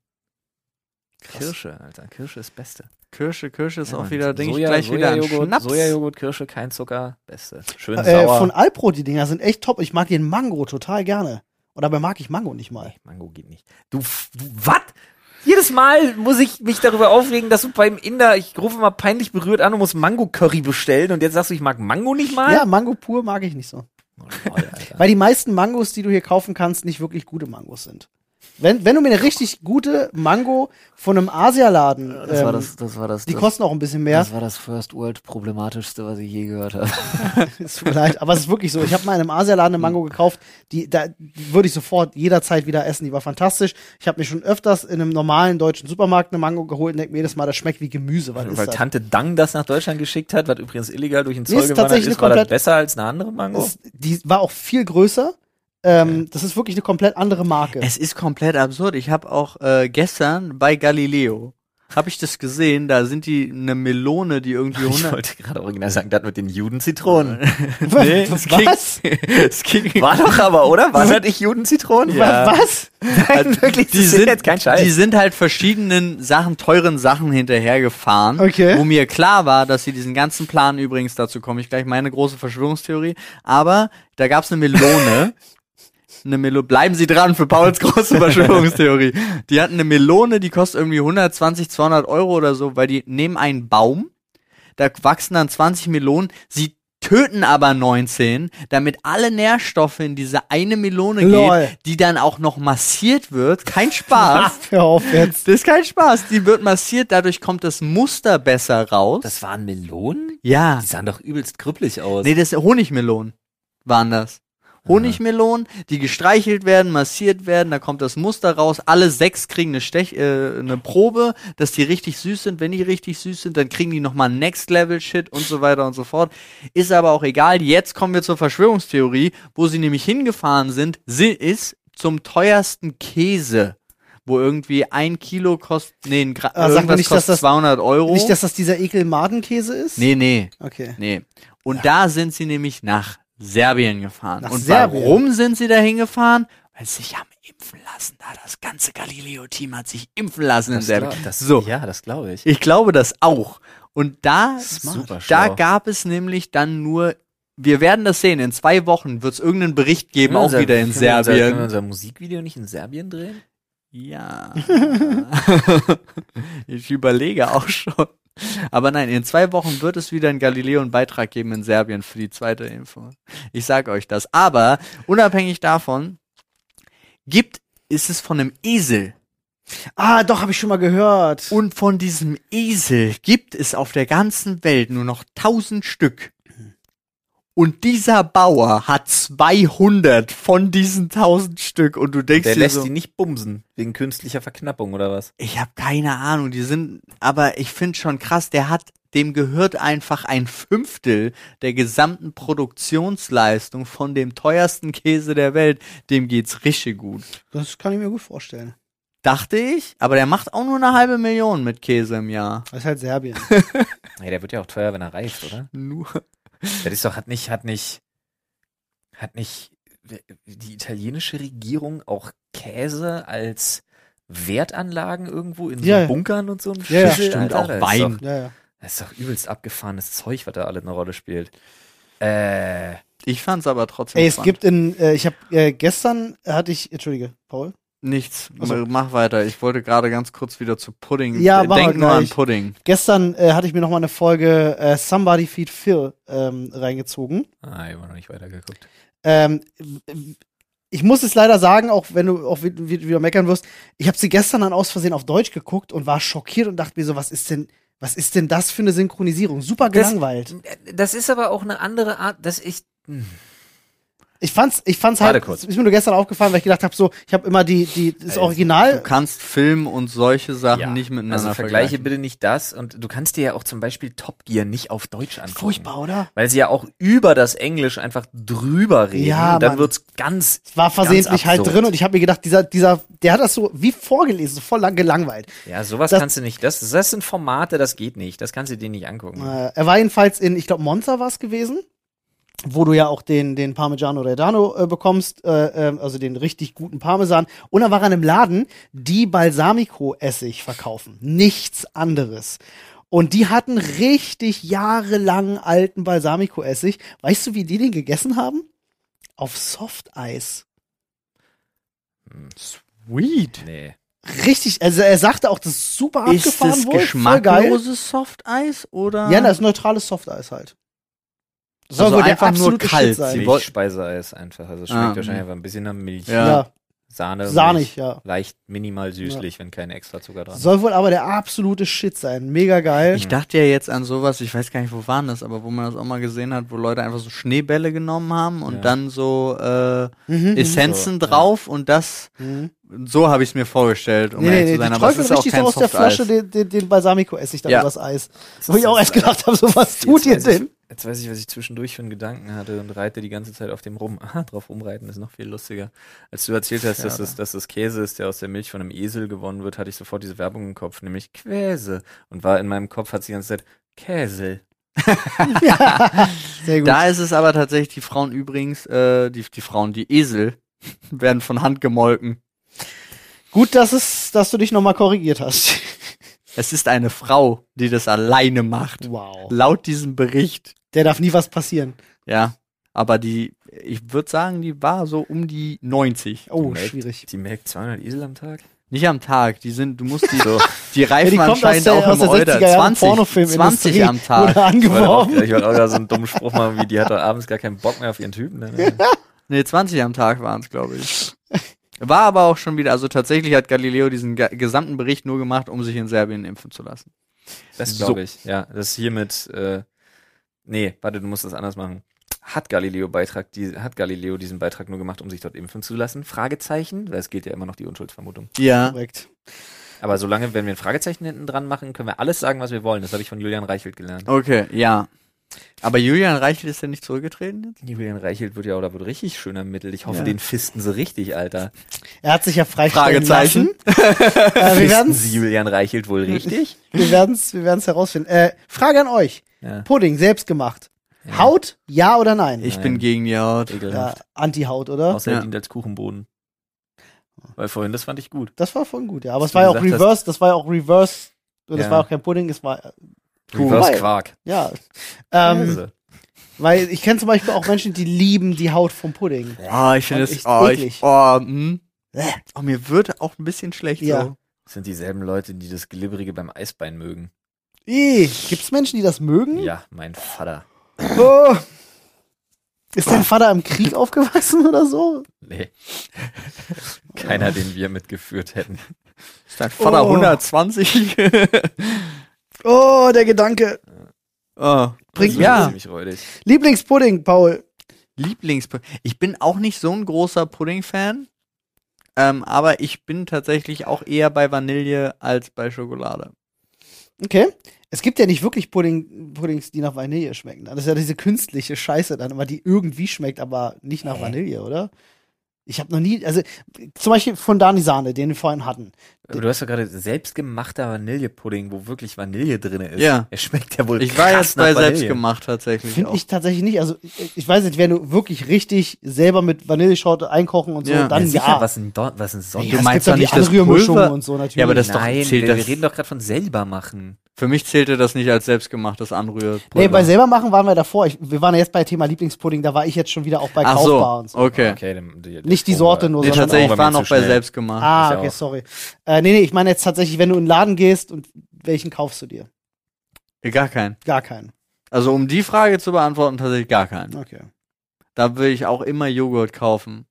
Kirsche, Alter. Kirsche ist Beste. Kirsche, Kirsche ist Ja, auch Mann. wieder, denke ich, Soja- gleich wieder an Sojajoghurt, Schnaps. Sojajoghurt, Kirsche, kein Zucker, Beste. Schön äh, sauer. von Alpro, die Dinger sind echt top. Ich mag den Mango total gerne. Und dabei mag ich Mango nicht mal. Mango geht nicht. Du, f- du was? Jedes Mal muss ich mich darüber aufregen, dass du beim Inder, ich rufe mal peinlich berührt an und muss Mango-Curry bestellen und jetzt sagst du, ich mag Mango nicht mal? Ja, Mango pur mag ich nicht so. Oh, Leute, Alter. Weil die meisten Mangos, die du hier kaufen kannst, nicht wirklich gute Mangos sind. Wenn, wenn du mir eine richtig gute Mango von einem Asialaden, Das war ähm, das, das war das. die das, kosten auch ein bisschen mehr, Das war das First World problematischste, was ich je gehört habe. es tut mir leid, aber es ist wirklich so. Ich habe mal in einem Asialaden eine Mango gekauft, die, da die würde ich sofort jederzeit wieder essen, die war fantastisch. Ich habe mir schon öfters in einem normalen deutschen Supermarkt eine Mango geholt und denke mir jedes Mal, das schmeckt wie Gemüse. Was Weil ist das? Tante Dang das nach Deutschland geschickt hat, was übrigens illegal durch den Zoll ist gewandert tatsächlich ist, war das komplett- besser als eine andere Mango? Es- die war auch viel größer. Ähm, Das ist wirklich eine komplett andere Marke. Es ist komplett absurd. Ich habe auch äh, gestern bei Galileo habe ich das gesehen. Da sind die eine Melone, die irgendwie ich 100. wollte gerade original sagen, das mit den Juden-Zitronen. nee, Was? das ging, das ging. War doch aber, oder? War das nicht Juden-Zitronen? Ja. Also, Was? Nein, wirklich, Äh, Die das sind, jetzt kein Scheiß. die sind halt verschiedenen Sachen, teuren Sachen hinterhergefahren, Okay. wo mir klar war, dass sie diesen ganzen Plan übrigens, dazu komme ich gleich, meine große Verschwörungstheorie, aber da gab es eine Melone, eine Melo bleiben Sie dran für Pauls große Verschwörungstheorie. Die hatten eine Melone, die kostet irgendwie 120, 200 Euro oder so, weil die nehmen einen Baum, da wachsen dann 20 Melonen, sie töten aber 19, damit alle Nährstoffe in diese eine Melone Lol. gehen, die dann auch noch massiert wird. Kein Spaß. Hör auf jetzt. das ist kein Spaß. Die wird massiert, dadurch kommt das Muster besser raus. Das waren Melonen? ja. Die sahen doch übelst krüppelig aus. Nee, das Honigmelonen waren das. Honigmelonen, die gestreichelt werden, massiert werden, da kommt das Muster raus. Alle sechs kriegen eine, Stech, äh, eine Probe, dass die richtig süß sind. Wenn die richtig süß sind, dann kriegen die nochmal Next Level Shit und so weiter und so fort. Ist aber auch egal. Jetzt kommen wir zur Verschwörungstheorie, wo sie nämlich hingefahren sind. Sie ist zum teuersten Käse, wo irgendwie ein Kilo kostet, nee, ein Gra Ah, sag mir irgendwas nicht, dass kostet das- 200 Euro. Nicht, dass das dieser Ekel-Madenkäse ist? Oh. nee, nee. Okay. Nee. Und da sind sie nämlich nach Serbien gefahren. Nach und Serbien. warum sind sie da hingefahren? Weil sie sich haben impfen lassen. Da das ganze Galileo-Team hat sich impfen lassen in das Serbien. glaub, das, so, Ja, das glaube ich. ich glaube das auch. Und da, Smart. da Superschlau. gab es nämlich dann nur, wir werden das sehen, in zwei Wochen wird es irgendeinen Bericht geben, auch wieder in Können wir Serbien. unser Musikvideo nicht in Serbien drehen? Ja. ich überlege auch schon. Aber nein, in zwei Wochen wird es wieder in Galileo einen Beitrag geben in Serbien für die zweite Impfung. Ich sag euch das. Aber unabhängig davon gibt ist es von einem Esel. Ah, doch, habe ich schon mal gehört. Und von diesem Esel gibt es auf der ganzen Welt nur noch 1000 Stück. Und dieser Bauer hat 200 von diesen 1000 Stück. Und du denkst Der dir lässt so, die nicht bumsen, wegen künstlicher Verknappung oder was? Ich habe keine Ahnung, die sind, aber ich finde schon krass, der hat, dem gehört einfach ein Fünftel der gesamten Produktionsleistung von dem teuersten Käse der Welt. Dem geht's richtig gut. Das kann ich mir gut vorstellen. Dachte ich, aber der macht auch nur eine halbe Million mit Käse im Jahr. Das ist halt Serbien. Nee, der wird ja auch teuer, wenn er reift, oder? Nur. Das ist doch, hat nicht, hat nicht, hat nicht die italienische Regierung auch Käse als Wertanlagen irgendwo in so Ja, ja. Bunkern und so ein Ja, ja. Stimmt, auch Das ist Wein. doch, ja, ja. das ist doch übelst abgefahrenes Zeug, was da alles eine Rolle spielt. Äh, Ich fand's aber trotzdem Ey, es spannend. gibt in, äh, ich habe äh, gestern hatte ich, entschuldige, Paul. nichts. Ach so. M- Mach weiter. Ich wollte gerade ganz kurz wieder zu Pudding. Also Ja, Äh, machen wir Denk nur an gleich. Pudding. Gestern äh, hatte ich mir noch mal eine Folge äh, Somebody Feed Phil ähm, reingezogen. Ah, ich habe noch nicht weitergeguckt. Ähm, ich muss es leider sagen, auch wenn du auch wi- wi- wieder meckern wirst, ich habe sie gestern dann aus Versehen auf Deutsch geguckt und war schockiert und dachte mir so, was ist denn, was ist denn das für eine Synchronisierung? Super Das- gelangweilt. Das ist aber auch eine andere Art, dass ich. Ich fand's, ich fand's Warte halt, kurz. ist mir nur gestern aufgefallen, weil ich gedacht habe, so, ich habe immer die, die, das Also, Du Original. kannst Film und solche Sachen Ja, nicht miteinander Also vergleiche vergleichen. bitte nicht das und du kannst dir ja auch zum Beispiel Top Gear nicht auf Deutsch angucken. Furchtbar, oder? Weil sie ja auch über das Englisch einfach drüber reden. Ja, und dann Mann. wird's ganz. War versehentlich Ganz halt absurd. drin und ich habe mir gedacht, dieser, dieser, der hat das so wie vorgelesen, so voll lang gelangweilt. Ja, sowas Das- kannst du nicht. Das, das sind Formate, das geht nicht. Das kannst du dir nicht angucken. Äh, er war jedenfalls in, ich glaube, Monza war es gewesen, wo du ja auch den, den Parmigiano Reggiano äh, bekommst, äh, ähm, also den richtig guten Parmesan. Und dann war er in einem Laden, die Balsamico-Essig verkaufen. Nichts anderes. Und die hatten richtig jahrelang alten Balsamico-Essig. Weißt du, wie die den gegessen haben? Auf Softeis. Sweet. Hm, Nee. Richtig, also er sagte auch, das ist super Ist abgefahren das wohl, voll geil. geschmackloses Softeis oder? Ja, das ist neutrales Softeis halt. Das soll Also wohl der einfach nur absolute Shit kalt. sein. Sie wollten- Milchspeiseeis einfach. Also es schmeckt Ah, wahrscheinlich mh. einfach ein bisschen nach Milch. Ja. ja. Sahne. Milch. Sahnig, ja. Leicht minimal süßlich, wenn keine extra Zucker dran ist. Soll wohl aber der absolute Shit sein. Mega geil. Ich dachte ja jetzt an sowas, ich weiß gar nicht, wo waren das, aber wo man das auch mal gesehen hat, wo Leute einfach so Schneebälle genommen haben und Ja. dann so äh, Mhm, Essenzen So, ja. drauf und das, mhm. so habe ich es mir vorgestellt, um Nee, ehrlich nee, nee, zu sein, die aber es träufeln ist auch richtig so kein aus der Softeis. Flasche den, den, den Balsamico-Essig da Ja. über das Eis. Das Wo ich ist- auch erst gedacht habe, so was tut ihr jetzt weiß ich- denn? Jetzt weiß ich, was ich zwischendurch für einen Gedanken hatte und reite die ganze Zeit auf dem rum. Aha, drauf rumreiten ist noch viel lustiger. Als du erzählt hast, dass Schade. das, dass das Käse ist, der aus der Milch von einem Esel gewonnen wird, hatte ich sofort diese Werbung im Kopf, nämlich Quäse. Und war in meinem Kopf, hat die ganze Zeit Käse. Sehr gut. Da ist es aber tatsächlich, die Frauen übrigens, äh, die, die Frauen, die Esel, werden von Hand gemolken. gut, dass, es, dass du dich nochmal korrigiert hast. Es ist eine Frau, die das alleine macht. wow. Laut diesem Bericht, Der darf nie was passieren. ja. Aber die, ich würde sagen, die war so um die 90. Oh, Moment. schwierig. Die melkt 200 Esel am Tag? Nicht am Tag, die sind, du musst die, die reifen die kommt aus anscheinend der- auch aus im der Euter. 60er Jahre 20, Pornofilmindustrie 20 am Tag. Wurde Ich wollte auch, angeworfen. ich wollte auch gerade so einen dummen Spruch machen, wie die hat doch abends gar keinen Bock mehr auf ihren Typen. Ne? Nee, 20 am Tag waren es, glaube ich. War aber auch schon wieder, also tatsächlich hat Galileo diesen ge- gesamten Bericht nur gemacht, um sich in Serbien impfen zu lassen. Das So. glaube ich, ja. Das hiermit, äh, nee, warte, du musst das anders machen. Hat Galileo Beitrag, die, hat Galileo diesen Beitrag nur gemacht, um sich dort impfen zu lassen? Fragezeichen, weil es gilt ja immer noch die Unschuldsvermutung. Ja. Korrekt. Aber solange, wenn wir ein Fragezeichen hinten dran machen, können wir alles sagen, was wir wollen. Das habe ich von Julian Reichelt gelernt. Okay, ja. Aber Julian Reichel ist ja nicht zurückgetreten jetzt? Julian Reichelt wird ja oder wird richtig schön ermittelt. Ich hoffe, Oh. Ja. den fisten sie richtig, Alter. Er hat sich ja freistellen Fragezeichen. lassen. äh, wir Fisten werden's, sie Julian Reichelt wohl richtig? wir werden's, wir werden's herausfinden. Äh, Frage an euch. Ja. Pudding, selbst gemacht. Haut, ja oder nein? Ich Nein. bin gegen die Haut. Ja, Ekelhaft. Anti-Haut, oder? Außer er Ja. dient als Kuchenboden. Weil vorhin, das fand ich gut. Das war voll gut, ja. Aber Dass es war ja du auch gesagt hast- reverse, das war ja auch reverse. Und das Ja. war auch kein Pudding, es war, Kuchen. Reverse Quark. ja. Ähm, Also, weil ich kenne zum Beispiel auch Menschen, die lieben die Haut vom Pudding. Äh, Oh, ich finde es, Fand ich oh, eklig. ich, oh, hm. oh, mir wird auch ein bisschen schlecht Ja. so. das sind dieselben Leute, die das Glibberige beim Eisbein mögen. Ih, gibt's Menschen, die das Hm. mögen? Ja, mein Vater. Oh. Ist dein Vater im Krieg aufgewachsen oder so? Nee. Keiner, den wir mitgeführt hätten. Ist dein Vater Oh. 120? Oh, der Gedanke. oh. Bringt Das ist ja. Ziemlich räudig. Lieblingspudding, Paul. Lieblingspudding. Ich bin auch nicht so ein großer Pudding-Fan, ähm, aber ich bin tatsächlich auch eher bei Vanille als bei Schokolade. Okay. Es gibt ja nicht wirklich Pudding, Puddings, die nach Vanille schmecken. Das ist ja diese künstliche Scheiße dann immer, die irgendwie schmeckt, aber nicht nach Vanille, oder? Ich habe noch nie, also zum Beispiel von Dani Sahne, den wir vorhin hatten. Aber du hast doch gerade selbstgemachter Vanillepudding, wo wirklich Vanille drin ist. Ja. Er schmeckt ja wohl Ich war krass jetzt nach bei Vanille. selbstgemacht tatsächlich Finde auch. ich tatsächlich nicht. Also ich, ich weiß nicht, wenn du wirklich richtig selber mit Vanilleschote einkochen und so, Ja. Ja, dann sicher, ja. was ein, Don was ein Sonne. du es meinst gibt doch ja die nicht das Anrührmischung Pulver? und so natürlich. Ja, aber das- ist doch- Nein, zählt wir, das- wir reden doch gerade von selber machen. Für mich zählte das nicht als selbstgemachtes Anrühren. Nee, bei selber machen waren wir davor. Ich, wir waren ja jetzt bei Thema Lieblingspudding, da war ich jetzt schon wieder auch bei Ach kaufbar so, und so. Also okay. Okay, dann, die, oh, Nicht die Sorte nur, Nee, sondern tatsächlich auch, wenn war man noch zu bei schnell- selbstgemacht. Ah, Ich okay, auch. sorry. Äh, nee, nee, ich meine jetzt tatsächlich, wenn du in den Laden gehst und welchen kaufst du dir? Gar keinen. Gar keinen. Also um die Frage zu beantworten, tatsächlich gar keinen. Okay. Da will ich auch immer Joghurt kaufen.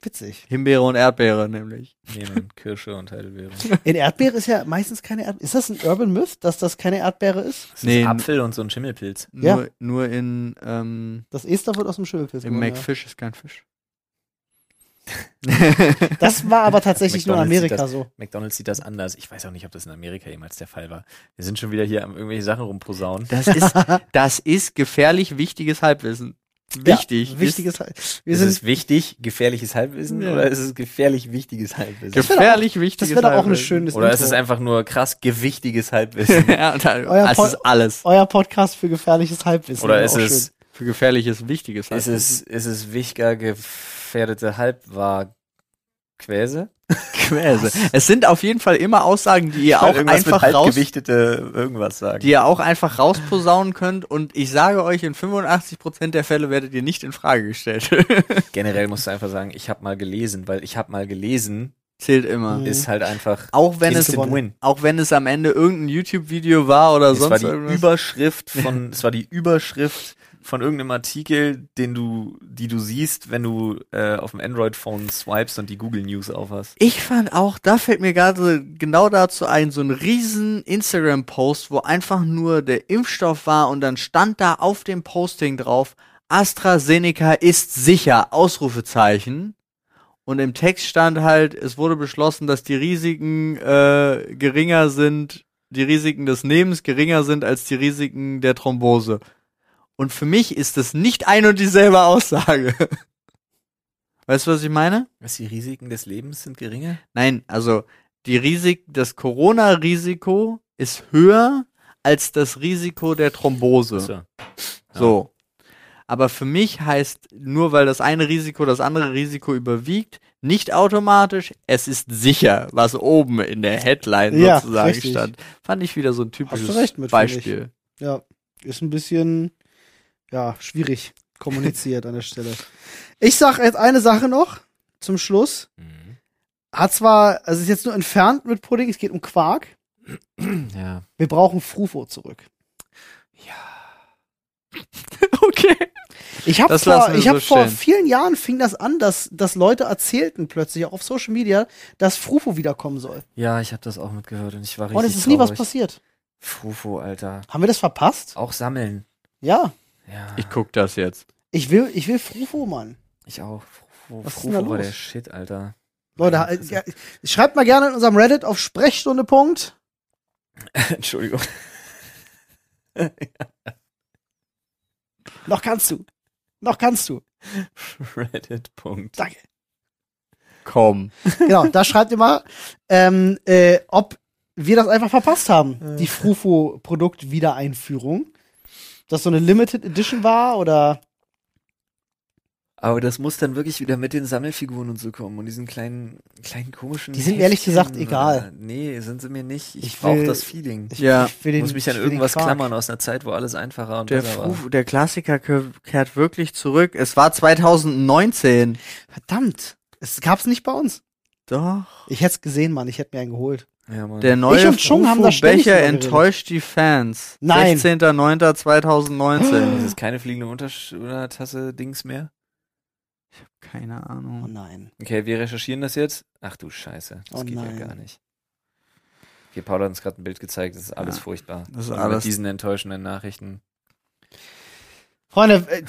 Witzig. Himbeere und Erdbeere nämlich. nehmen Kirsche und Heidelbeere. In Erdbeere ist ja meistens keine Erdbeere. Ist das ein Urban Myth, dass das keine Erdbeere ist? Das Nee. ist Apfel und so ein Schimmelpilz. Ja. Nur, nur in, ähm, Das Ester wird aus dem Schimmelpilz im gewonnen, ja. McFish ist kein Fisch. Das war aber tatsächlich nur in McDonald's sieht Amerika so. McDonalds sieht das anders. Ich weiß auch nicht, ob das in Amerika jemals der Fall war. Wir sind schon wieder hier am irgendwelche Sachen rumposaunen. Das ist, das ist gefährlich wichtiges Halbwissen. Wichtig. Ja, wichtiges Teil. Wir Ist sind, es wichtig, gefährliches Halbwissen Ja. oder ist es gefährlich wichtiges Halbwissen? wär doch gefährlich das wichtiges wäre doch auch ein Halbwissen. schönes Oder ist Intro. es einfach nur krass gewichtiges Halbwissen? ja, da, Euer das Pol- ist alles. Euer Podcast für gefährliches Halbwissen. Oder Wäre ist auch es, Für gefährliches wichtiges ist es, ist es wichtiger gefährdete Halbwahrquäse? Quäse. Es sind auf jeden Fall immer Aussagen, die ihr Weil auch einfach raus, halbgewichtete irgendwas sagen. die ihr auch einfach rausposaunen könnt und ich sage euch, in 85% der Fälle werdet ihr nicht in Frage gestellt. Generell musst du einfach sagen, ich habe mal gelesen, weil ich habe mal gelesen Zählt immer. Mhm. ist halt einfach Auch wenn es, instant gewonnen. win. auch wenn es am Ende irgendein YouTube-Video war oder Es sonst war die irgendwas. Überschrift von, es war die Überschrift von irgendeinem Artikel, den du, die du siehst, wenn du äh, auf dem Android-Phone swipes und die Google News aufhast. Ich fand auch, da fällt mir gerade genau dazu ein, so ein riesen Instagram-Post, wo einfach nur der Impfstoff war und dann stand da auf dem Posting drauf, AstraZeneca ist sicher, Ausrufezeichen. Und im Text stand halt, es wurde beschlossen, dass die Risiken äh, geringer sind, die Risiken des Lebens geringer sind als die Risiken der Thrombose. Und für mich ist das nicht ein und dieselbe Aussage. Weißt du, was ich meine? Was, die Risiken des Lebens sind geringer? Nein, also die Risik, das Corona-Risiko ist höher als das Risiko der Thrombose. So. So. Aber für mich heißt, nur weil das eine Risiko das andere Risiko überwiegt, nicht automatisch, es ist sicher, was oben in der Headline Ja, sozusagen richtig. stand. Fand ich wieder so ein typisches recht mit, finde ich. Beispiel. Ja, ist ein bisschen ja, schwierig kommuniziert an der Stelle. Ich sag jetzt eine Sache noch zum Schluss. Mhm. Hat zwar, also ist jetzt nur entfernt mit Pudding, es geht um Quark. Ja. Wir brauchen Frufo zurück. Okay. Ich habe Das vor, lassen wir ich hab so vor stehen. vielen Jahren fing das an, dass, dass Leute erzählten plötzlich auch auf Social Media, dass Frufo wiederkommen soll. Ja, ich habe das auch mitgehört und ich war richtig Und es Oh, ist nie was traurig. passiert. Frufo, Alter. Haben wir das verpasst? Auch sammeln. Ja. Ja, ich, Ich guck das jetzt. Ich will, ich will Frufo, Mann. auch. Frufo, Was ist denn da Frufo war los? der Shit, Alter. Leute, Meine äh, Fresse. ja, schreibt mal gerne in unserem Reddit auf Sprechstunde. Punkt. Entschuldigung. Noch kannst du. Noch kannst du. Reddit. Punkt. Danke. Komm. Genau, da schreibt ihr mal, ähm, äh, ob wir das einfach verpasst haben, die Frufo-Produkt-Wiedereinführung. Dass so eine Limited Edition war oder. Aber das muss dann wirklich wieder mit den Sammelfiguren und so kommen und diesen kleinen, kleinen komischen. Die sind ehrlich gesagt egal. Nee, sind sie mir nicht. Ich, Ich brauch will- das Feeling. Ich Ja. will muss mich an ich will den irgendwas Quark. klammern aus einer Zeit, wo alles einfacher und Der, besser war. Fruf, der Klassiker ke- kehrt wirklich zurück. Es war 2019. Verdammt. Es gab's nicht bei uns. Doch. Ich hätt's gesehen, Mann. Ich hätte mir einen geholt. Ja, Mann. Der neue und Chung haben da ständig Becher drüber geredet. enttäuscht die Fans. Nein. 16.09.2019. Dieses keine fliegende Untersch- oder Tasse Dings mehr. Keine Hm. Oh Ahnung. nein. Okay, wir recherchieren das jetzt. Ach du Scheiße, das Oh geht nein. ja gar nicht. Okay, Paul hat uns gerade ein Bild gezeigt, das ist alles Ja, furchtbar. das ist Und alles- Mit diesen enttäuschenden Nachrichten. Freunde, äh,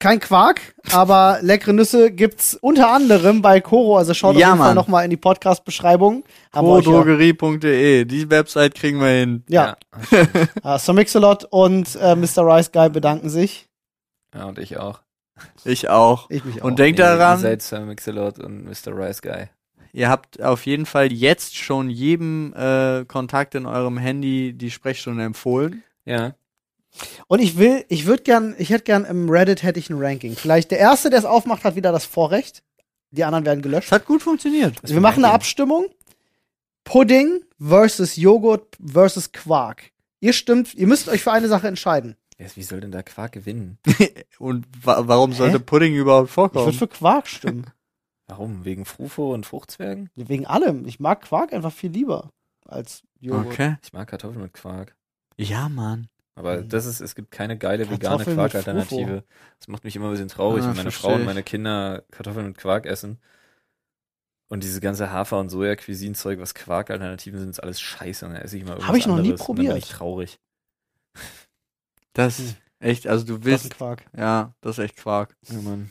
kein Quark, aber leckere Nüsse gibt's unter anderem bei Koro. Also schaut Ja, auf jeden Fall Mann. nochmal in die Podcast-Beschreibung. Haben wir euch ja- Prodrogerie.de. Die Website kriegen wir hin. Ja, Ja, ja. Sir Mix-a-Lot und äh, Mr. Rice Guy bedanken sich. ja, und ich auch. Ich auch. Ich mich auch. Und denkt Nee, daran, Ihr seid Sir Mix-a-Lot und Mr. Rice Guy. ihr habt auf jeden Fall jetzt schon jedem äh, Kontakt in eurem Handy die Sprechstunde empfohlen. Ja. Und ich will, ich würde gern, ich hätte gern im Reddit hätte ich ein Ranking. Vielleicht der erste, der es aufmacht, hat wieder das Vorrecht. Die anderen werden gelöscht. Es hat gut funktioniert. Wir machen eine Abstimmung. Pudding versus Joghurt versus Quark. Ihr stimmt, ihr müsst euch für eine Sache entscheiden. Ja, wie soll denn da Quark gewinnen? Und wa warum sollte Pudding überhaupt Ich vorkommen? würde für Quark stimmen. Warum? Wegen Frufo und Fruchtzwergen? Wegen allem. Ich mag Quark einfach viel lieber als Joghurt. okay. Ich mag Kartoffeln mit Quark. Ja, Mann. Aber Mhm. das ist, es gibt keine geile vegane Kartoffeln mit Quark-Alternative. Das macht mich immer ein bisschen traurig, Ah, wenn meine versteh Frau ich. und meine Kinder Kartoffeln mit Quark essen. Und diese ganze Hafer- und Soja-Cuisine-Zeug, was Quark-Alternativen sind, ist alles scheiße. Und dann esse ich immer irgendwas ich noch nie anderes und Dann bin probiert. ich traurig. Das ist echt, also du Das ist willst. ein Quark. ja, das ist echt Quark. Ja, Mann.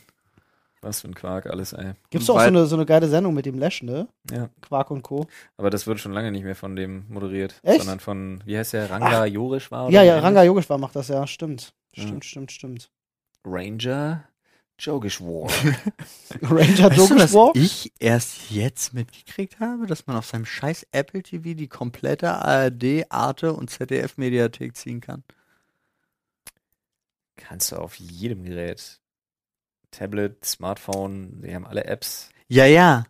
Was für ein Quark alles, ey. Gibt's doch auch so Weil- eine, so eine geile Sendung mit dem Lash, ne? Ja. Quark und Co. Aber das wird schon lange nicht mehr von dem moderiert. Echt? Sondern von, wie heißt der, Ranga Jorisch war? oder Ja, so ja, ähnlich? Ranga Yogeshwar macht das, ja, stimmt. Ja. Stimmt, stimmt, stimmt. Ranger Jogish War. Ranger Weißt du, dass Yogeshwar? ich erst jetzt mitgekriegt habe, dass man auf seinem scheiß Apple TV die komplette ARD, Arte und ZDF-Mediathek ziehen kann? Kannst du auf jedem Gerät. Tablet, Smartphone, die haben alle Apps. Ja, ja.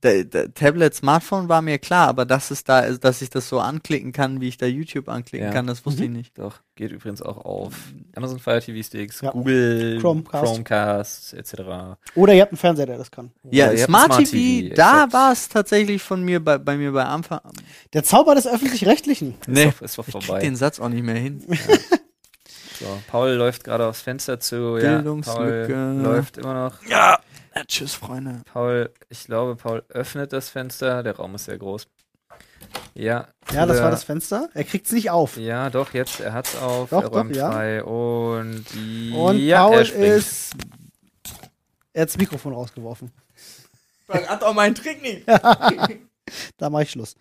Da- da- Tablet, Smartphone war mir klar, aber dass es da ist, dass ich das so anklicken kann, wie ich da YouTube anklicken Ja. kann, das wusste ich nicht. Doch, geht übrigens auch auf Amazon Fire TV Sticks, Ja. Google, Chromecast. Ähm, Chromecast, Chromecast etc. Oder ihr habt einen Fernseher, der das kann. Ja, ihr habt Smart, Smart TV, TV, da exakt. war es tatsächlich von mir bei, bei mir bei Anfang. Der Zauber des Öffentlich-Rechtlichen. Nee, Ist doch, ist doch ich krieg vorbei. den Satz auch nicht mehr hin. So, Paul läuft gerade aufs Fenster zu. Ja, Paul Bildungslücke. läuft immer noch. Ja. Na, tschüss, Freunde. Paul, ich glaube, Paul öffnet das Fenster. Der Raum ist sehr groß. Ja. Ja, das oder- war das Fenster. Er kriegt's nicht auf. Ja, doch, jetzt, er hat's auf, Doch, er doch, räumt ja. frei und, Und ja, Paul er springt. ist. Er hat das Mikrofon rausgeworfen. Hat auch meinen Trick nicht. Da mache ich Schluss.